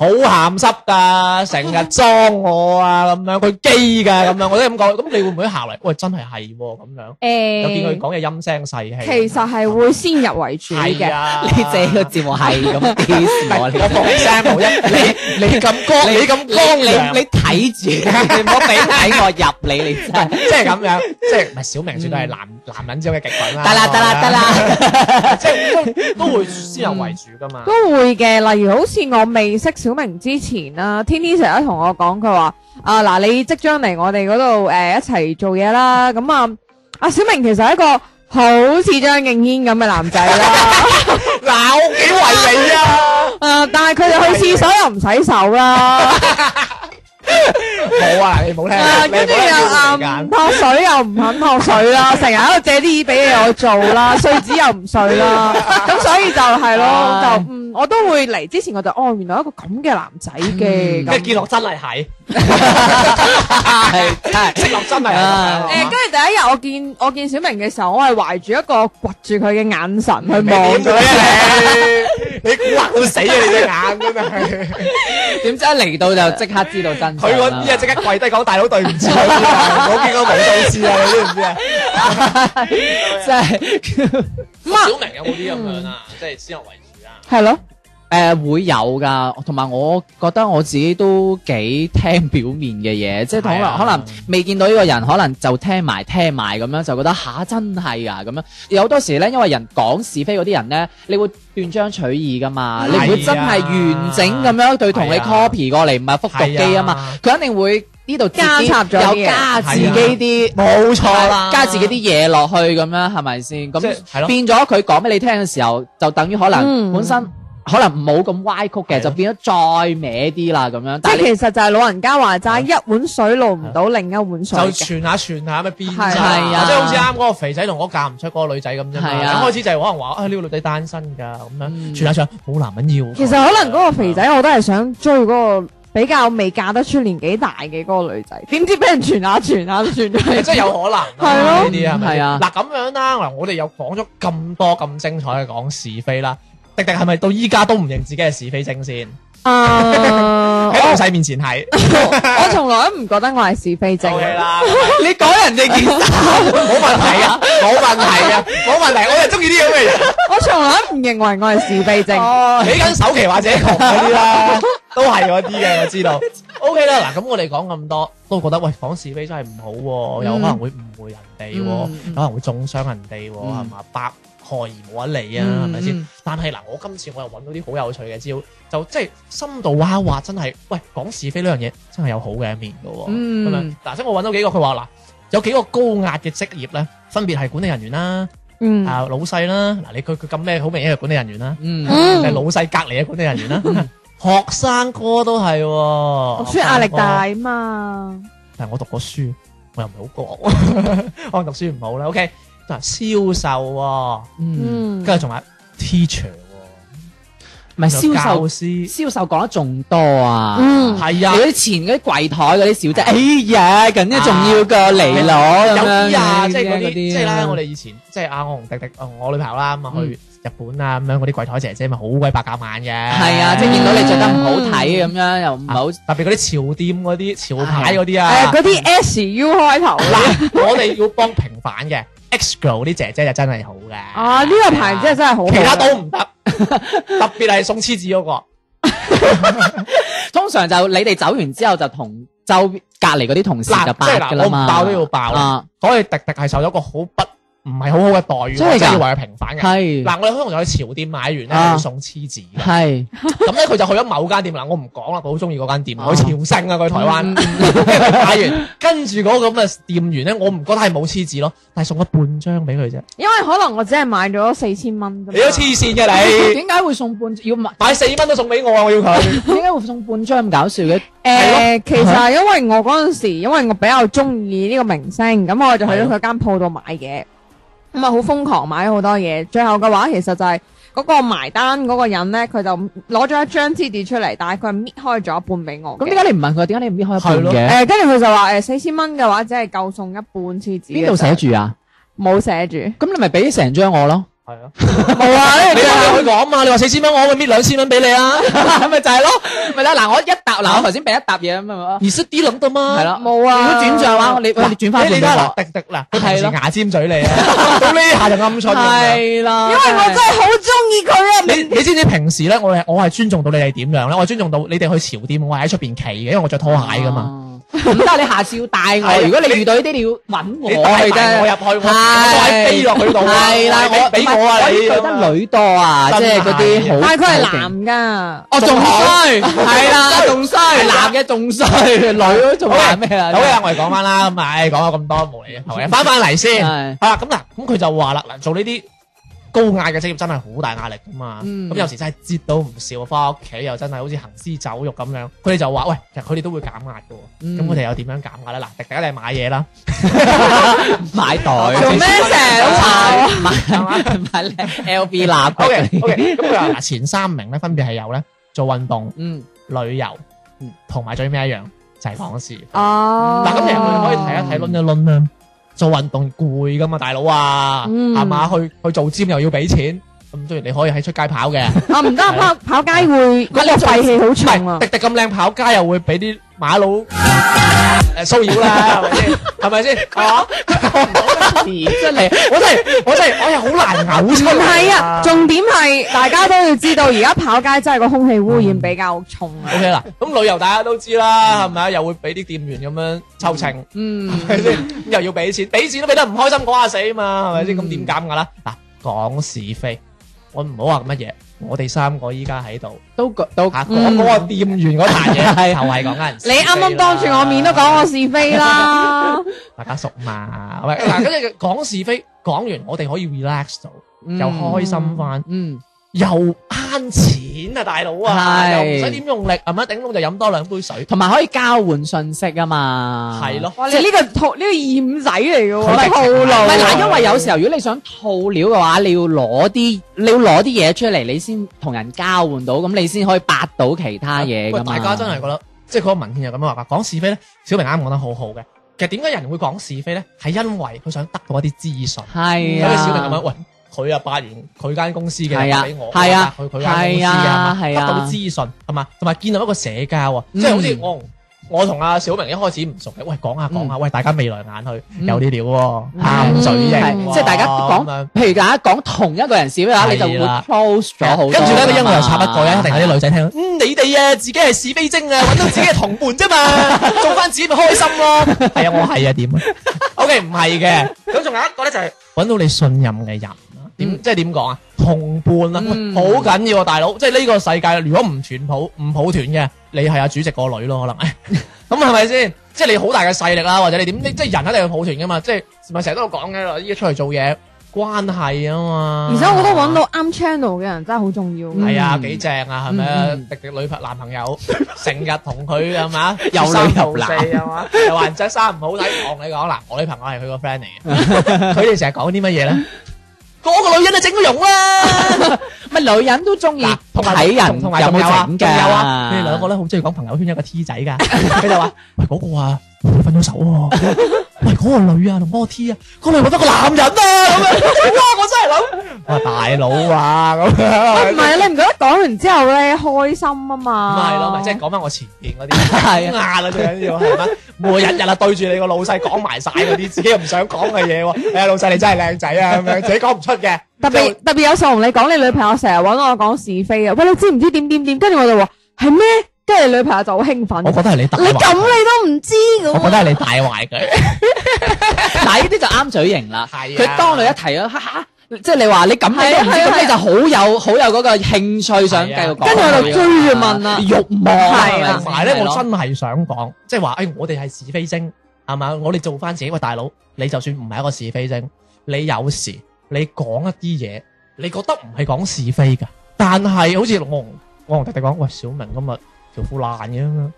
[SPEAKER 3] 好鹹濕㗎，成日裝我啊咁樣，佢基㗎咁樣，我都係咁講。咁你會唔會行嚟？喂，真係係喎咁樣，又見佢
[SPEAKER 4] 誒，
[SPEAKER 3] 講嘢陰聲細氣。
[SPEAKER 4] 其實係會先入為主
[SPEAKER 3] 係
[SPEAKER 4] 嘅。
[SPEAKER 3] 啊，
[SPEAKER 1] 你這個節目係咁鄙視
[SPEAKER 3] 我
[SPEAKER 1] 我，你
[SPEAKER 3] 冇聲 冇音，你你咁光，你咁光
[SPEAKER 1] 你
[SPEAKER 3] 亮
[SPEAKER 1] 你睇 住，你唔好俾睇我入你，你真係
[SPEAKER 3] 即係咁樣，即係唔係小明絕對係男男人中嘅極品啦。
[SPEAKER 1] 得啦得啦得啦。
[SPEAKER 3] 即係都都會先入為主噶嘛。
[SPEAKER 4] 都會嘅，例如好似我未識小明之前啦，天天成日都同我講佢話啊嗱，你即將嚟我哋嗰度誒一齊做嘢啦，咁啊阿小明其實係一個好似張敬軒咁 嘅男仔啦，
[SPEAKER 3] 嗱，我幾為 你啊！
[SPEAKER 4] 誒、但係佢哋去廁所又唔洗手啦，
[SPEAKER 3] 冇啊，你冇聽，
[SPEAKER 4] 啊
[SPEAKER 3] 你冇
[SPEAKER 4] 跟住
[SPEAKER 3] 聽
[SPEAKER 4] 又
[SPEAKER 3] 呢
[SPEAKER 4] 啊
[SPEAKER 3] 段時
[SPEAKER 4] 唔
[SPEAKER 3] 間。
[SPEAKER 4] 撲水又唔肯撲水啦，成日喺度借啲嘢俾我做 啦，碎紙又唔碎啦，咁所以就係咯，
[SPEAKER 1] 唉
[SPEAKER 4] 就嗯我都會嚟之前我就哦原來一個咁嘅男仔嘅
[SPEAKER 1] 嗯
[SPEAKER 4] 咁
[SPEAKER 3] 跟住見落真係係，
[SPEAKER 1] 係真係
[SPEAKER 3] 識落真係
[SPEAKER 1] 啊
[SPEAKER 4] 誒，跟
[SPEAKER 3] 係。
[SPEAKER 4] 住第一日我見我見小明嘅時候，我係懷住一個掘住佢嘅眼神去望
[SPEAKER 3] 你
[SPEAKER 4] 佢，
[SPEAKER 3] 點你你估惑到死啊！你隻眼真係，
[SPEAKER 1] 點知一嚟到就即刻知道真
[SPEAKER 3] 佢嗰啲啊即刻跪低講大佬對唔住，我見過無數次啊！你知唔知啊？
[SPEAKER 1] 即係
[SPEAKER 3] 小明有冇啲咁樣啊？即係先入為主啊？
[SPEAKER 4] 係咯，
[SPEAKER 1] 誒呃會有㗎，同埋我覺得我自己都幾聽表面嘅嘢，即係可
[SPEAKER 3] 係
[SPEAKER 1] 能
[SPEAKER 3] 啊
[SPEAKER 1] 可能未見到呢個人，可能就聽埋聽埋咁樣，就覺得吓、真係啊咁樣。有好多時咧，因為人講是非嗰啲人咧，你會斷章取義㗎嘛，你唔會真係完整咁樣對同你
[SPEAKER 3] 係啊
[SPEAKER 1] copy 過嚟，唔係復讀機啊嘛，佢肯定會呢度自己
[SPEAKER 4] 加插咗啲嘢
[SPEAKER 1] 有加自己啲。
[SPEAKER 3] 冇錯啦，
[SPEAKER 1] 加自己啲嘢落去咁樣，係咪先？咁
[SPEAKER 3] 即係係咯
[SPEAKER 1] 變咗佢講俾你聽嘅時候，就等於可能
[SPEAKER 4] 嗯
[SPEAKER 1] 本身可能冇咁歪曲嘅，
[SPEAKER 3] 係咯
[SPEAKER 1] 就變咗再歪啲啦咁樣。
[SPEAKER 4] 即
[SPEAKER 1] 但
[SPEAKER 4] 係
[SPEAKER 1] 係你
[SPEAKER 4] 其實就係老人家話齋，一碗水撈唔到另一碗水
[SPEAKER 3] 就
[SPEAKER 4] 嘅。
[SPEAKER 3] 傳下傳下咩變
[SPEAKER 4] 係
[SPEAKER 3] 態
[SPEAKER 1] 啊
[SPEAKER 3] 啊，即係好似啱嗰個肥仔同我嫁唔出嗰個女仔咁啫嘛。
[SPEAKER 1] 係
[SPEAKER 3] 一
[SPEAKER 1] 啊
[SPEAKER 3] 開始就係可能話啊呢個女仔單身㗎咁
[SPEAKER 1] 嗯
[SPEAKER 3] 樣，傳下傳冇男人要㗎。
[SPEAKER 4] 其實可能嗰個
[SPEAKER 3] Ờ.
[SPEAKER 4] 肥仔我都係想追嗰個比較未嫁得出年紀大嘅嗰個女仔， 點知俾人傳下傳下傳咗
[SPEAKER 3] 真係有可能
[SPEAKER 4] 係
[SPEAKER 3] 啊呢
[SPEAKER 4] 咯
[SPEAKER 3] 啲係咪
[SPEAKER 1] 係
[SPEAKER 3] 先？
[SPEAKER 1] 啊
[SPEAKER 3] 嗱咁樣啦，嗱我哋又講咗咁多咁精彩嘅講是非啦，迪迪係咪到依家都唔認自己係是非精先？
[SPEAKER 4] 啊！
[SPEAKER 3] 喺老細面前係
[SPEAKER 4] 我從來都唔覺得我係是非正
[SPEAKER 3] O
[SPEAKER 4] 嘅。
[SPEAKER 3] K 啦，
[SPEAKER 1] 你講人哋件衫，
[SPEAKER 3] 冇問題啊，冇問題啊，冇問題，我就中意啲咁嘅人，
[SPEAKER 4] 我從來都唔認為我係是非症。
[SPEAKER 3] 起緊首期或者窮嗰啲 啦，都係嗰啲嘅，我知道。O K 啦，嗱咁我哋講咁多，都覺得喂講是非真係唔好喎，有可能會誤會人哋喎，
[SPEAKER 1] 嗯嗯
[SPEAKER 3] 有可能會中傷人哋喎，係嘛，百害而無一利啊，
[SPEAKER 1] 嗯
[SPEAKER 3] 係咪先？？但係嗱，我今次我又揾到啲好有趣嘅招，就即係深度挖一挖，真係喂講是非呢樣嘢真係有好嘅一面嘅喎。
[SPEAKER 1] 嗯
[SPEAKER 3] 咁樣嗱，即係我揾到幾個，佢話嗱，有幾個高壓嘅職業咧，分別係管理人員啦、
[SPEAKER 4] 嗯，
[SPEAKER 3] 啊老細啦，嗱你佢佢咁咩好明顯係管理人員啦，
[SPEAKER 1] 嗯，
[SPEAKER 3] 就係
[SPEAKER 4] 嗯，
[SPEAKER 3] 老細隔離嘅管理人員啦。學生哥都係喎，
[SPEAKER 4] 讀
[SPEAKER 1] 哦
[SPEAKER 3] 讀
[SPEAKER 4] 書壓力大，嘛。
[SPEAKER 3] 但係我讀過書，我又唔係好覺，可 能讀書唔好啦。OK，嗱銷售喎，
[SPEAKER 1] 嗯，
[SPEAKER 4] 嗯，
[SPEAKER 3] 跟住仲有 teacher 喎，
[SPEAKER 1] 唔係銷
[SPEAKER 3] 教
[SPEAKER 1] 售，
[SPEAKER 3] 師。
[SPEAKER 1] 銷售講得仲多啊。
[SPEAKER 4] 嗯
[SPEAKER 3] 係啊
[SPEAKER 1] 你，啲前嗰啲櫃台嗰啲小姐，哎呀，咁啲仲要個嚟攞
[SPEAKER 3] 有
[SPEAKER 1] 咁樣
[SPEAKER 3] 啲啊，即係嗰
[SPEAKER 1] 嗰
[SPEAKER 3] 啲，即係
[SPEAKER 1] 啊
[SPEAKER 3] 咧，我哋以前即係啊，我同迪迪，哦我女朋友啦，咁啊
[SPEAKER 1] 嗯
[SPEAKER 3] 去日本啊，咁樣嗰啲櫃台姐姐咪好鬼白鴿眼嘅，
[SPEAKER 1] 係啊，即係見到你着得唔好睇咁樣，又唔係好
[SPEAKER 3] 特別嗰啲潮店嗰啲潮牌嗰啲
[SPEAKER 4] 誒
[SPEAKER 3] 啊，
[SPEAKER 4] 嗰啲 S U 開頭啦。
[SPEAKER 3] 嗱，我哋要幫平反嘅 X girl 啲姐姐就真係好嘅，啊
[SPEAKER 4] 啊，呢個牌子真係好好。啊
[SPEAKER 3] 其他都唔得，特別係送黐紙嗰個。
[SPEAKER 1] 通常就你哋走完之後就同周隔離嗰啲同事
[SPEAKER 3] 嗱，
[SPEAKER 1] 就
[SPEAKER 3] 即
[SPEAKER 1] 爆
[SPEAKER 3] 係
[SPEAKER 1] 㗎
[SPEAKER 3] 嗱，我
[SPEAKER 1] 啦
[SPEAKER 3] 唔
[SPEAKER 1] 嘛。
[SPEAKER 3] 爆都要爆啦
[SPEAKER 1] 啊，
[SPEAKER 3] 所以迪迪係受咗一個好不唔係好好嘅待遇，
[SPEAKER 1] 真係㗎
[SPEAKER 3] 我真係要為佢平反嘅。
[SPEAKER 1] 係
[SPEAKER 3] 嗱，我哋可能去潮店買完咧，
[SPEAKER 1] 啊
[SPEAKER 3] 會送黐紙嘅。
[SPEAKER 1] 係
[SPEAKER 3] 咁咧佢就去咗某間店啦，我唔講啦，佢好中意嗰間店，
[SPEAKER 1] 啊
[SPEAKER 3] 佢朝聖啊，佢去台灣，
[SPEAKER 4] 嗯
[SPEAKER 3] 買完，跟住嗰個咁嘅店員咧，我唔覺得係冇黐紙咯，但係送咗半張俾佢啫，
[SPEAKER 4] 因為可能我只係買咗四千蚊啫嘛。
[SPEAKER 3] 你都黐線 嘅你，
[SPEAKER 1] 點解會送半要買？
[SPEAKER 3] 買四蚊都送俾我啊，我要佢，
[SPEAKER 1] 點解會送半張咁搞笑嘅？
[SPEAKER 4] 誒，其實係因為我嗰陣時，因為我比較中意呢個明星，咁我就去咗佢間鋪度買嘢，咁啊好瘋狂買咗好多嘢。最後嘅話，其實就係嗰個埋單嗰個人咧，佢就攞咗一張 C D 出嚟，但係佢係搣開咗一半俾我嘅。
[SPEAKER 1] 咁點解你唔問佢？點解你唔搣開一半嘅？
[SPEAKER 4] 誒，跟住佢就話誒四千蚊嘅話，只係夠送一半廁紙。
[SPEAKER 1] 邊度寫？住啊？
[SPEAKER 4] 冇寫住。
[SPEAKER 1] 咁你咪俾成張我咯。
[SPEAKER 3] 係啊，
[SPEAKER 4] 冇啊，
[SPEAKER 3] 你話佢講嘛，你話四千蚊，我會搣兩千蚊俾你啊，
[SPEAKER 1] 咪就係咯，咪啦嗱，我一沓嗱，我頭先俾一沓嘢咁啊，
[SPEAKER 3] 而識啲諗得嘛，
[SPEAKER 1] 係啦，
[SPEAKER 4] 冇啊
[SPEAKER 1] 如果轉帳嘅話，你喂你轉翻半俾
[SPEAKER 3] 你你睇下
[SPEAKER 1] 我
[SPEAKER 3] 嗱，，滴滴嗱，佢平時
[SPEAKER 1] 係咯
[SPEAKER 3] 牙尖嘴利啊， 到呢下就暗出咁樣
[SPEAKER 1] 係啦，
[SPEAKER 4] 因為我真係好中意佢啊！
[SPEAKER 3] 你你知唔知平時咧，我係我係尊重到你哋點樣咧？我係尊重到你哋去潮店，我係喺出邊企嘅，因為我着拖鞋噶嘛。
[SPEAKER 1] 嘛。唔得，你下次要帶我。
[SPEAKER 3] 係
[SPEAKER 1] 如果你遇到呢啲，你要揾
[SPEAKER 3] 你
[SPEAKER 1] 我去
[SPEAKER 3] 帶埋我
[SPEAKER 1] 啫。
[SPEAKER 3] 入去，我
[SPEAKER 1] 係
[SPEAKER 3] 我係飛落去度啊，
[SPEAKER 1] 係啦，
[SPEAKER 3] 你俾
[SPEAKER 1] 我
[SPEAKER 3] 俾我啊你
[SPEAKER 1] 覺
[SPEAKER 3] 咁啊，
[SPEAKER 1] 得女多啊，即
[SPEAKER 3] 真
[SPEAKER 1] 係
[SPEAKER 3] 係
[SPEAKER 1] 嗰啲好。
[SPEAKER 4] 但係佢係，男噶，
[SPEAKER 1] 哦，仲衰，係啦，仲衰，男嘅仲衰，女都仲話咩啊？
[SPEAKER 3] 好啦，我哋講翻啦，咁啊，唉講咗咁多無理嘅，係 咪？翻翻嚟先，
[SPEAKER 1] 係
[SPEAKER 3] 好啦，啊咁嗱，咁佢就話啦，嗱，做呢啲高壓嘅職業真係好大壓力噶嘛，
[SPEAKER 1] 嗯
[SPEAKER 3] 咁有時真係折到唔少，啊翻屋企又真係好似行屍走肉咁樣。佢哋就話，喂，其實佢哋都會減壓嘅
[SPEAKER 1] 嗯
[SPEAKER 3] 喎，咁佢哋又點樣減壓咧？嗱，第一你係買嘢啦，
[SPEAKER 1] 買袋
[SPEAKER 4] 做咩成日都
[SPEAKER 1] 買
[SPEAKER 4] 話
[SPEAKER 1] 買買 LV 蠟
[SPEAKER 3] O K O K，咁佢話嗱前三名咧分別係有咧做運動、
[SPEAKER 1] 嗯，
[SPEAKER 3] 旅遊
[SPEAKER 1] 嗯，
[SPEAKER 3] 同埋最尾一樣就係講事。
[SPEAKER 4] 哦
[SPEAKER 3] 嗱，咁其實我哋可以睇一睇攆一攆啦。做運動攰噶嘛，大佬啊，
[SPEAKER 4] 嗯
[SPEAKER 3] 係嘛？去去做 gym 又要俾錢，咁雖然你可以喺出街 跑嘅，唔
[SPEAKER 4] 啊，唔得，跑跑街
[SPEAKER 3] 啊
[SPEAKER 4] 會嗰個廢氣好重啊
[SPEAKER 3] 係！滴滴咁靚跑街又會俾啲馬佬 誒騷擾啦，係咪先？係 咪先？啊
[SPEAKER 1] 真係
[SPEAKER 3] 我真係我真係我又好難嘔出
[SPEAKER 4] 唔
[SPEAKER 3] 嚟
[SPEAKER 4] 係啊，重點係大家都要知道，而家跑街真係個空氣污染比較重啊
[SPEAKER 3] O！K 啦，咁旅遊大家都知啦，係咪啊？又會俾啲店員咁樣抽成，
[SPEAKER 1] 嗯
[SPEAKER 3] 係咪先？咁又要俾錢，俾錢都俾得唔開心，講下死嘛，係咪先？咁點減噶啦？嗱，講是非，我唔好話乜嘢，我哋三個依家喺度
[SPEAKER 1] 都覺都
[SPEAKER 3] 嚇講嗰個店員嗰壇嘢，就係講緊人是
[SPEAKER 4] 你
[SPEAKER 3] 非啦
[SPEAKER 4] 啱啱當住我面都講我是 非啦，
[SPEAKER 3] 大家熟嘛？喂，嗱，跟住講是非，講完我哋可以 relax 到，又開心翻，
[SPEAKER 1] 嗯
[SPEAKER 3] 又慳錢。錢啊，大佬啊，又
[SPEAKER 1] 係
[SPEAKER 3] 唔使點用力，係咪？頂籠就飲多兩杯水，
[SPEAKER 1] 同埋可以交換信息啊嘛。
[SPEAKER 3] 係。咯。
[SPEAKER 4] 哇！你呢個套呢個二五仔嚟嘅
[SPEAKER 1] 唔
[SPEAKER 4] 喎，
[SPEAKER 1] 係
[SPEAKER 4] 套路
[SPEAKER 1] 唔
[SPEAKER 4] 啊。
[SPEAKER 1] 係嗱，因為有時候如果你想套料嘅話，你要攞啲你要攞啲嘢出嚟，你先同人交換到，咁你先可以八到其他嘢
[SPEAKER 3] 啊喂
[SPEAKER 1] 噶嘛。
[SPEAKER 3] 大家真係覺得，即係嗰個文獻就咁樣話，講是非咧，小明啱講得好好嘅。其實點解人會講是非咧？係因為佢想得到一啲資訊。
[SPEAKER 1] 係
[SPEAKER 3] 所以
[SPEAKER 1] 啊，
[SPEAKER 3] 小明咁樣，喂，佢啊八完佢間公司嘅，
[SPEAKER 1] 係啊
[SPEAKER 3] 俾我，
[SPEAKER 1] 係啊
[SPEAKER 3] 我發佢佢間公司
[SPEAKER 1] 係
[SPEAKER 3] 嘅，
[SPEAKER 1] 啊
[SPEAKER 3] 係
[SPEAKER 1] 係
[SPEAKER 3] 嘛
[SPEAKER 1] 啊
[SPEAKER 3] 得到資訊係嘛，同埋建立一個社交啊，即係好似
[SPEAKER 1] 嗯
[SPEAKER 3] 我同我同阿小明一開始唔熟嘅，喂，講下講下，喂，大家眉來眼去，
[SPEAKER 1] 嗯
[SPEAKER 3] 有啲料喎，啱嘴型
[SPEAKER 1] 係
[SPEAKER 3] 喎，
[SPEAKER 1] 即係大家
[SPEAKER 3] 咁樣
[SPEAKER 1] 講，譬如大家講同一個人事嘅話，你就會
[SPEAKER 3] 係啦
[SPEAKER 1] close 咗好多。
[SPEAKER 3] 跟住咧，佢因為又插不過咧，一定有啲女仔聽到，嗯，你哋啊，自己係是非精啊，揾到自己嘅同伴啫 嘛，做翻自己咪開心咯。係啊，我係啊，點啊？OK，唔係嘅。咁仲有一個咧，就係揾到你信任嘅人啊。點即係點講啊？同伴啊，
[SPEAKER 1] 嗯
[SPEAKER 3] 好緊要啊，大佬！即係呢個世界，如果唔團抱唔抱團嘅，你係阿主席個女咯， 可能咁係咪先？即係你好大嘅勢力啦，或者你點？你即係人一定要抱團噶嘛？即係咪成日都有講嘅？依家出嚟做嘢關係啊嘛。
[SPEAKER 4] 而且我覺得揾到啱 channel 嘅人真係好重要。
[SPEAKER 3] 系啊，
[SPEAKER 1] 嗯
[SPEAKER 3] 幾正啊，係咪啊？
[SPEAKER 1] 嗯
[SPEAKER 3] 迪迪女朋男朋友成日同佢係啊嘛，
[SPEAKER 1] 又女又男
[SPEAKER 3] 係嘛，又話人着衫唔好睇。我同你講嗱，我女朋友係佢個 friend 嚟 嘅，佢哋成日講啲乜嘢咧？嗰個女人啊，整容啦！
[SPEAKER 1] 咪女人都中意
[SPEAKER 3] 嗱，同埋
[SPEAKER 1] 睇人
[SPEAKER 3] 同同埋
[SPEAKER 1] 有冇
[SPEAKER 3] 啊
[SPEAKER 1] 整
[SPEAKER 3] 仲
[SPEAKER 1] 嘅。
[SPEAKER 3] 有啊，佢哋兩個咧好中意講朋友圈有個 T 仔 㗎，佢就話：喂嗰個啊，同佢分咗手喎。喂嗰個女啊，同嗰個 T 啊，嗰個女揾得個男人啊咁樣。 哇！我真係諗，我話大佬啊咁
[SPEAKER 4] 喂
[SPEAKER 3] 樣
[SPEAKER 4] 唔。係啊，你唔覺得講完之後咧開心啊嘛？
[SPEAKER 3] 咪係咯，咪即係講翻我前邊嗰啲
[SPEAKER 1] 哦係啊
[SPEAKER 3] 牙啦，最緊要係咪？每日日啊對住你個老細講埋晒嗰啲自己又唔想講嘅嘢喎。哎誒老細你真係靚仔啊 咁樣，自己講唔出嘅。
[SPEAKER 4] 特別特別有時候同你講，你女朋友成日揾我講是非啊！喂，你知唔知點點點？跟住我就話係咩？跟住你女朋友就好興奮。
[SPEAKER 3] 覺得係你大
[SPEAKER 4] 你咁你都唔知咁啊。
[SPEAKER 3] 得係你大壞佢。
[SPEAKER 1] 嗱，呢啲就啱嘴型啦。
[SPEAKER 3] 係啊
[SPEAKER 1] 佢當你一提咗，哈哈即係你話你咁你都唔知，
[SPEAKER 4] 係啊係啊
[SPEAKER 1] 咁你就好有好有嗰個興趣想繼續講。
[SPEAKER 4] 跟住我就追住問啦
[SPEAKER 1] 欲望係
[SPEAKER 4] 係啊
[SPEAKER 1] 咪
[SPEAKER 3] 同埋咧，
[SPEAKER 1] 先係
[SPEAKER 3] 我
[SPEAKER 1] 咯
[SPEAKER 3] 真係想講，即係話，誒，我哋係是非精，係嘛？我哋做翻自己。喂，大佬，你就算唔係一個是非精，你有時你講一啲嘢，你覺得唔係講是非㗎，但係好似我同我同迪迪講，喂，小明今日條褲爛嘅咁樣，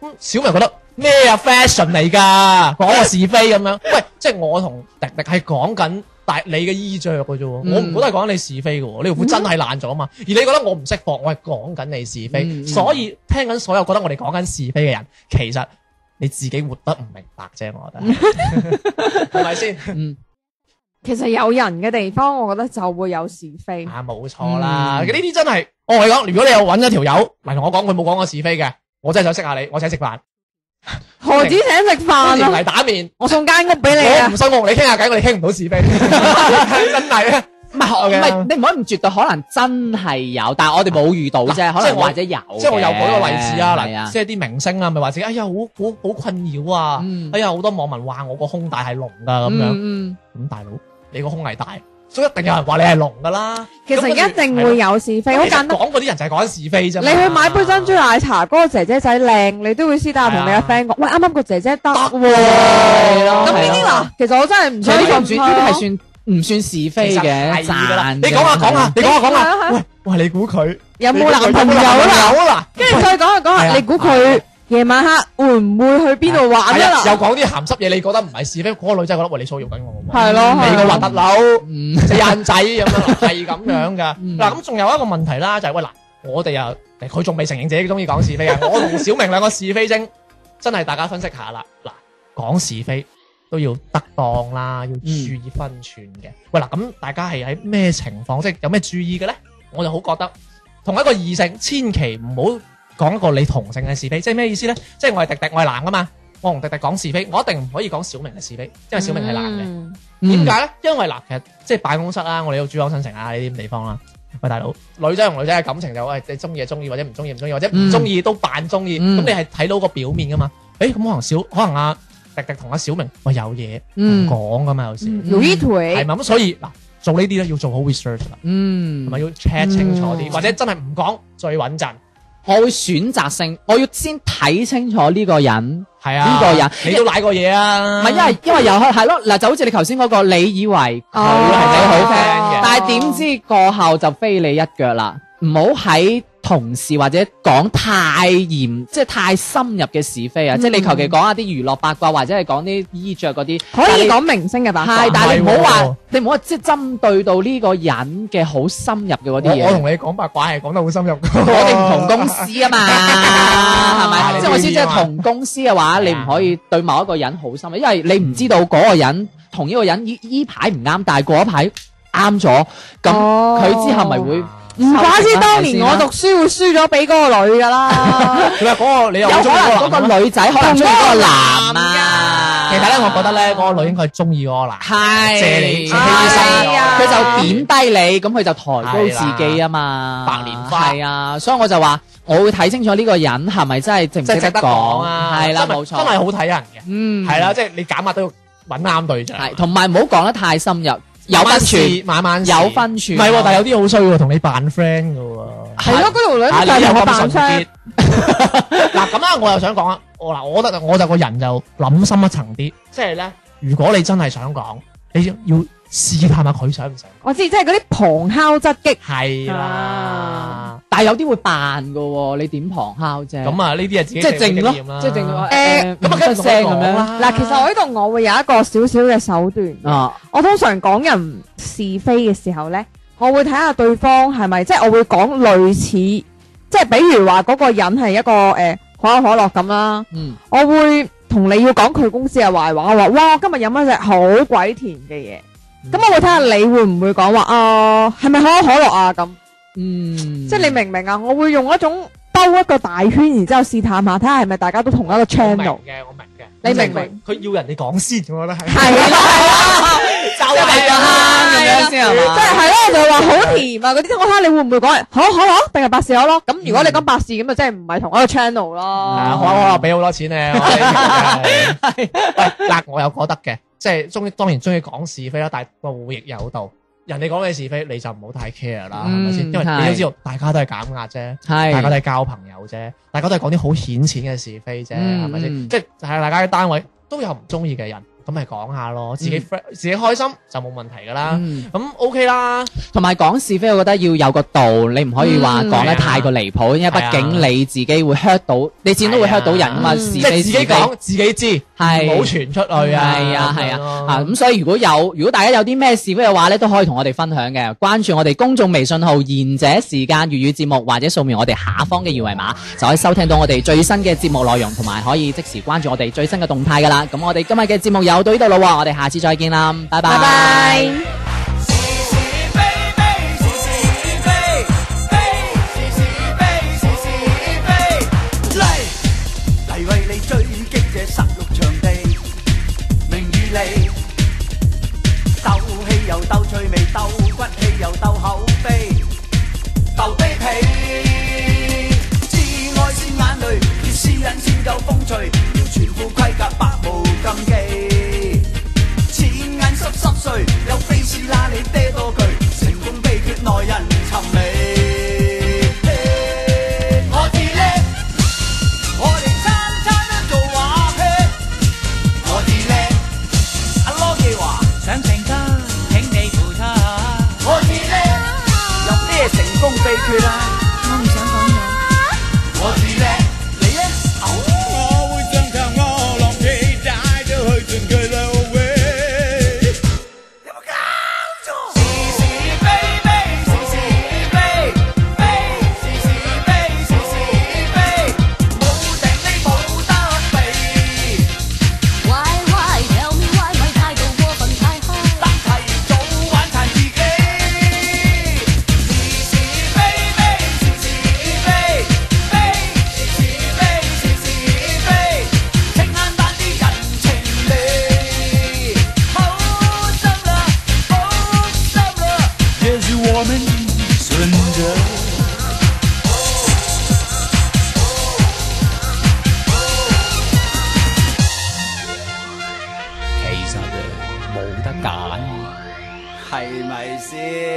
[SPEAKER 3] 咁小明覺得咩啊 fashion 嚟㗎，講個是非咁 樣。喂，即係我同迪迪係講緊。但你嘅衣着嘅啫喎，
[SPEAKER 1] 嗯
[SPEAKER 3] 我唔覺得係講緊你是非嘅喎，你條褲真係爛咗啊嘛，而你覺得我唔識貨，我係講緊你是非，
[SPEAKER 1] 嗯嗯
[SPEAKER 3] 所以。聽緊所有覺得我哋講緊是非嘅人，其實你自己活得唔明白啫，我覺得 係咪先？
[SPEAKER 1] 嗯
[SPEAKER 4] 其實有人嘅地方，我覺得就會有是非。
[SPEAKER 3] 啊，冇錯啦，
[SPEAKER 1] 嗯
[SPEAKER 3] 呢啲真係我同你講，如果你有揾一條友嚟同我講佢冇講過是非嘅，我真係想識下你，我請食飯，
[SPEAKER 4] 何止請食飯
[SPEAKER 3] 歡迎
[SPEAKER 4] 啊？
[SPEAKER 3] 嚟打面，
[SPEAKER 4] 我送間屋俾你
[SPEAKER 3] 我
[SPEAKER 4] 啊
[SPEAKER 3] 唔！信我同你傾下偈，我哋傾唔到是 非，真係啊！
[SPEAKER 1] 唔係，唔
[SPEAKER 3] 嘅
[SPEAKER 1] 係，你唔可以唔絕對，可能真係有，但係我哋冇遇到啫，
[SPEAKER 3] 嗱
[SPEAKER 1] 可
[SPEAKER 3] 即係
[SPEAKER 1] 能
[SPEAKER 3] 我
[SPEAKER 1] 或者有嘅。
[SPEAKER 3] 即係我又舉個例子啊，
[SPEAKER 1] 係
[SPEAKER 3] 嗱，即係啲明星啊，咪話自己哎呀好好好困擾啊
[SPEAKER 1] 嗯，
[SPEAKER 3] 哎呀好多網民話我個胸大係隆㗎咁樣。
[SPEAKER 1] 嗯
[SPEAKER 3] 咁大佬，你個胸係大，所以一定有人話你係聾噶啦。
[SPEAKER 4] 其實一定會有是非，好簡單。
[SPEAKER 3] 講嗰啲人就係講是非啫
[SPEAKER 4] 你
[SPEAKER 3] 嘛。
[SPEAKER 4] 去買杯珍珠奶茶，嗰個姐姐仔靚，你都會私底下同你個 friend 講，喂，啱啱個姐姐得喎。
[SPEAKER 1] 係咯
[SPEAKER 4] 咁呢
[SPEAKER 1] 係
[SPEAKER 4] 啲
[SPEAKER 1] 咯
[SPEAKER 4] 嗱，其實我真係唔
[SPEAKER 1] 所以
[SPEAKER 4] 想
[SPEAKER 1] 呢個
[SPEAKER 4] 用
[SPEAKER 1] 唔算，呢啲係算唔算是非嘅？
[SPEAKER 3] 噶啦。
[SPEAKER 1] 讚
[SPEAKER 3] 你
[SPEAKER 1] 嘅
[SPEAKER 3] 講下講下，，你講下講
[SPEAKER 4] 係啊係
[SPEAKER 3] 下，
[SPEAKER 4] 啊
[SPEAKER 3] 喂喂，你估佢
[SPEAKER 4] 有冇男朋友啊啦？
[SPEAKER 3] 有啦，
[SPEAKER 4] 跟住再講下講
[SPEAKER 3] 係
[SPEAKER 4] 下，
[SPEAKER 3] 啊
[SPEAKER 4] 你估佢夜晚黑會唔會去邊度玩
[SPEAKER 3] 係啊
[SPEAKER 4] 啊？
[SPEAKER 3] 又講啲鹹濕嘢，你覺得唔係是非，嗰個女仔覺得喂你騷擾緊我喎，
[SPEAKER 4] 係咯，
[SPEAKER 3] 你
[SPEAKER 4] 係
[SPEAKER 3] 個
[SPEAKER 4] 咯
[SPEAKER 3] 核突佬。
[SPEAKER 1] 嗯
[SPEAKER 3] 隻眼仔咁樣啦，係咁樣噶。
[SPEAKER 1] 嗯
[SPEAKER 3] 嗱，咁仲有一個問題啦，就係喂嗱，我哋又佢仲未承認自己中意講是非啊。我同小明兩個是非精，真係大家分析下啦。嗱，講是非都要得當啦，要注意分寸嘅。喂嗱，咁大家係喺咩情況，即係有咩注意嘅咧？我就好覺得同一個異性，千祈唔好講一個你同性嘅是非，即係咩意思咧？即係我係迪迪，我係男噶嘛，我同迪迪講是非，我一定唔可以講小明嘅是非，因為小明係男嘅。
[SPEAKER 4] 嗯
[SPEAKER 1] 嗯
[SPEAKER 3] 點解咧？因為嗱，其實即係辦公室啦，我哋有珠江新城啊呢啲咁地方啦。喂，大佬，女仔同女仔嘅感情就喂，你中意就中意，或者唔中意唔中意，或者唔中意都扮中意。
[SPEAKER 1] 嗯
[SPEAKER 3] 咁你係睇到個表面噶嘛？誒，咁可能小，可能阿迪迪同阿小明，喂有嘢唔
[SPEAKER 1] 嗯
[SPEAKER 3] 講噶嘛，有時
[SPEAKER 1] 嗯
[SPEAKER 4] 有一
[SPEAKER 3] 係
[SPEAKER 4] 腿，
[SPEAKER 3] 咪咁？所以嗱，做呢啲咧要做好 research 啦，
[SPEAKER 1] 嗯
[SPEAKER 3] 同埋要 check 清楚啲，
[SPEAKER 4] 嗯
[SPEAKER 3] 或者真係唔講最穩陣。
[SPEAKER 1] 我會選擇性，我要先睇清楚呢個人，
[SPEAKER 3] 係啊，
[SPEAKER 1] 呢個人
[SPEAKER 3] 你都舐過嘢啊？
[SPEAKER 1] 唔係因為因為有係咯嗱，就好似你頭先嗰個，你以為佢係你
[SPEAKER 4] 嗯哦
[SPEAKER 1] 好
[SPEAKER 3] friend 嘅
[SPEAKER 1] 但係點知過後就飛你一腳啦，唔好喺同事或者講太嚴，即係太深入嘅是非啊！
[SPEAKER 4] 嗯
[SPEAKER 1] 即係你求其講下啲娛樂八卦，或者係講啲衣着嗰啲，
[SPEAKER 4] 可以
[SPEAKER 1] 但
[SPEAKER 4] 講明星嘅八卦
[SPEAKER 1] 係，但係你唔
[SPEAKER 3] 唔係
[SPEAKER 1] 好
[SPEAKER 3] 喎
[SPEAKER 1] 話，你唔好話即係針對到呢個人嘅好深入嘅嗰啲
[SPEAKER 3] 我我
[SPEAKER 1] 嘢。
[SPEAKER 3] 同你講八卦係講得好深入㗎，
[SPEAKER 1] 我哋唔同公司啊嘛，係咪？
[SPEAKER 3] 你
[SPEAKER 1] 即係我先即
[SPEAKER 3] 知啊
[SPEAKER 1] 係
[SPEAKER 3] 嘛
[SPEAKER 1] 同公司嘅話，你唔可以對某一個人好深入，因為你唔知道嗰個人同呢個人依依排唔啱，但係嗰一排啱咗，咁
[SPEAKER 4] 哦
[SPEAKER 1] 佢之後咪會
[SPEAKER 4] 唔怪之當年我
[SPEAKER 1] 收成啦係咪先啦
[SPEAKER 4] 讀書會輸咗俾嗰個女噶啦，
[SPEAKER 3] 你話嗰個你又
[SPEAKER 1] 有可
[SPEAKER 3] 好中意
[SPEAKER 1] 能
[SPEAKER 3] 嗰個男
[SPEAKER 1] 嗰個女仔可能中意嗰個男啊。
[SPEAKER 3] 其實咧，我覺得咧，嗰個女應該係中意嗰個男，
[SPEAKER 1] 係
[SPEAKER 3] 借你借
[SPEAKER 4] 你身
[SPEAKER 1] 係啊佢就貶低你，咁佢就抬高自己啊嘛。
[SPEAKER 3] 係啦白蓮花
[SPEAKER 1] 係啊，所以我就話我會睇清楚呢個人係咪真係值唔
[SPEAKER 3] 即係值
[SPEAKER 1] 得
[SPEAKER 3] 得講啊，
[SPEAKER 1] 係啦，
[SPEAKER 3] 真係
[SPEAKER 1] 冇錯，
[SPEAKER 3] 真係好睇人嘅，
[SPEAKER 1] 嗯
[SPEAKER 3] 係啦，即係你減壓都要揾啱對象，
[SPEAKER 1] 係同埋唔好講得太深入，有分寸，，
[SPEAKER 3] 慢慢試
[SPEAKER 1] 有分寸
[SPEAKER 3] 唔係喎，但係有啲好衰喎，同你扮 friend 嘅喎。
[SPEAKER 4] 係咯，嗰條女
[SPEAKER 3] 啊！
[SPEAKER 4] 咪
[SPEAKER 3] 你
[SPEAKER 4] 就係
[SPEAKER 3] 有
[SPEAKER 4] 同我
[SPEAKER 3] 咁
[SPEAKER 4] 扮
[SPEAKER 3] 純潔
[SPEAKER 4] 相，
[SPEAKER 3] 嗱咁啊，我又想講啊，我嗱，我覺得我就個人就諗深一層啲，即係咧，如果你真係想講，你要要試探下佢想唔想，
[SPEAKER 4] 我知即係嗰啲旁敲側擊，
[SPEAKER 3] 係啦
[SPEAKER 4] 啊。
[SPEAKER 1] 但係有啲會扮㗎喎，你點旁敲啫？
[SPEAKER 3] 咁啊，呢啲啊自己
[SPEAKER 1] 即係靜
[SPEAKER 3] 經驗
[SPEAKER 1] 咯
[SPEAKER 3] 啦，
[SPEAKER 1] 即係靜咯。咁
[SPEAKER 4] 誒
[SPEAKER 3] 咁啊，
[SPEAKER 1] 出聲咁
[SPEAKER 3] 樣
[SPEAKER 1] 樣
[SPEAKER 3] 啦。
[SPEAKER 4] 嗱，其實我呢度我會有一個少少嘅手段。
[SPEAKER 1] 啊，
[SPEAKER 4] 我通常講人是非嘅時候呢，我會睇下對方係咪，即係我會講類似，即係比如話嗰個人係一個誒、呃可口可樂咁啦，
[SPEAKER 1] 嗯，
[SPEAKER 4] 我會同你要講佢公司嘅壞話，我話哇，我今日飲咗隻好鬼甜嘅嘢，咁、我會睇下你會唔會講話啊，係咪可口可樂啊咁，
[SPEAKER 1] 嗯，
[SPEAKER 4] 即係你明唔明啊？我會用一種兜一個大圈，然之後試探下，睇下係咪大家都同一個
[SPEAKER 3] 我明
[SPEAKER 4] channel，
[SPEAKER 3] 嘅，我明嘅。
[SPEAKER 4] 你明唔明？
[SPEAKER 3] 佢要人哋講先，我覺得係。
[SPEAKER 4] 係啊啦。
[SPEAKER 3] 就係
[SPEAKER 1] 啊咁樣先係嘛
[SPEAKER 4] 即係係咯，我就話好甜啊嗰啲，我睇下你會唔會講係可口可樂定係百事可樂？咁如果你講百事咁，就真係唔係同一個 channel
[SPEAKER 3] 啊，
[SPEAKER 4] 咯。
[SPEAKER 3] 可可樂俾好多錢咧，我哋喂嗱，我又覺得嘅，即係中意當然中意講是非啦，但係道亦有道。人哋講嘅是非，你就唔好太 care 啦，係咪先？
[SPEAKER 1] 嗯
[SPEAKER 3] 因為你
[SPEAKER 1] 係
[SPEAKER 3] 都知道，大家都係減壓啫，大家都
[SPEAKER 1] 係
[SPEAKER 3] 係交朋友啫，大家都係講啲好顯淺嘅是非啫，
[SPEAKER 1] 嗯
[SPEAKER 3] 係咪先？
[SPEAKER 1] 嗯
[SPEAKER 3] 即係大家喺單位都有唔中意嘅人，咁咪講下咯，自己 friend 自己開心就冇問題噶啦。
[SPEAKER 1] 嗯
[SPEAKER 3] 咁 OK 啦，
[SPEAKER 1] 同埋講是非，我覺得要有個度，你唔可以話講
[SPEAKER 3] 係啊啊
[SPEAKER 1] 得太過離譜，因為畢竟你自己會 hurt 到，你始終都會
[SPEAKER 3] 係
[SPEAKER 1] hurt
[SPEAKER 3] 啊
[SPEAKER 1] 到人啊嘛。
[SPEAKER 4] 嗯
[SPEAKER 1] 是
[SPEAKER 3] 即
[SPEAKER 1] 非
[SPEAKER 3] 係自己
[SPEAKER 1] 是非
[SPEAKER 3] 講自己知，唔好
[SPEAKER 1] 係
[SPEAKER 3] 傳出去啊。
[SPEAKER 1] 係啊係
[SPEAKER 3] 咁樣
[SPEAKER 1] 啊
[SPEAKER 3] 咯
[SPEAKER 1] 啊咁，所以如果有如果大家有啲咩是非嘅話咧，都可以同我哋分享嘅。關注我哋公眾微信號賢者時間粵語節目，或者掃描我哋下方嘅二維碼，就可以收聽到我哋最新嘅節目內容，同埋可以即時關注我哋最新嘅動態噶啦。咁我哋今日嘅節目又到呢度啦喎，我哋下次再見啦，拜拜。
[SPEAKER 4] 拜拜。
[SPEAKER 6] 嚟為你追擊這十六場地，名與利，鬥氣又鬥趣味，鬥骨氣又鬥口碑，鬥卑鄙。至愛是眼淚，越是忍先夠風趣，要全副盔甲百無禁忌。錢銀濕濕碎，有 face 啦你嗲多句，成功秘訣耐人尋味。我自叻。我哋餐餐都做話劇，我哋叻。阿羅記話想成家，請你扶他。我哋叻，有咩成功秘訣啊？我唔想講嘢。我哋叻，你咧？我會盡強我樂氣，帶咗去盡佢兩位。有冇搞錯？是是非非，是是非非，是是非，是是非，冇定非冇得避。
[SPEAKER 7] Why why tell me why 咪態度過分太 high，
[SPEAKER 6] 單提早玩殘自己。是是非非，是是非非，是是非，是是非，請慳返啲人情味。好心啦，好心啦。
[SPEAKER 2] 其實冇得揀。
[SPEAKER 6] 係咪先？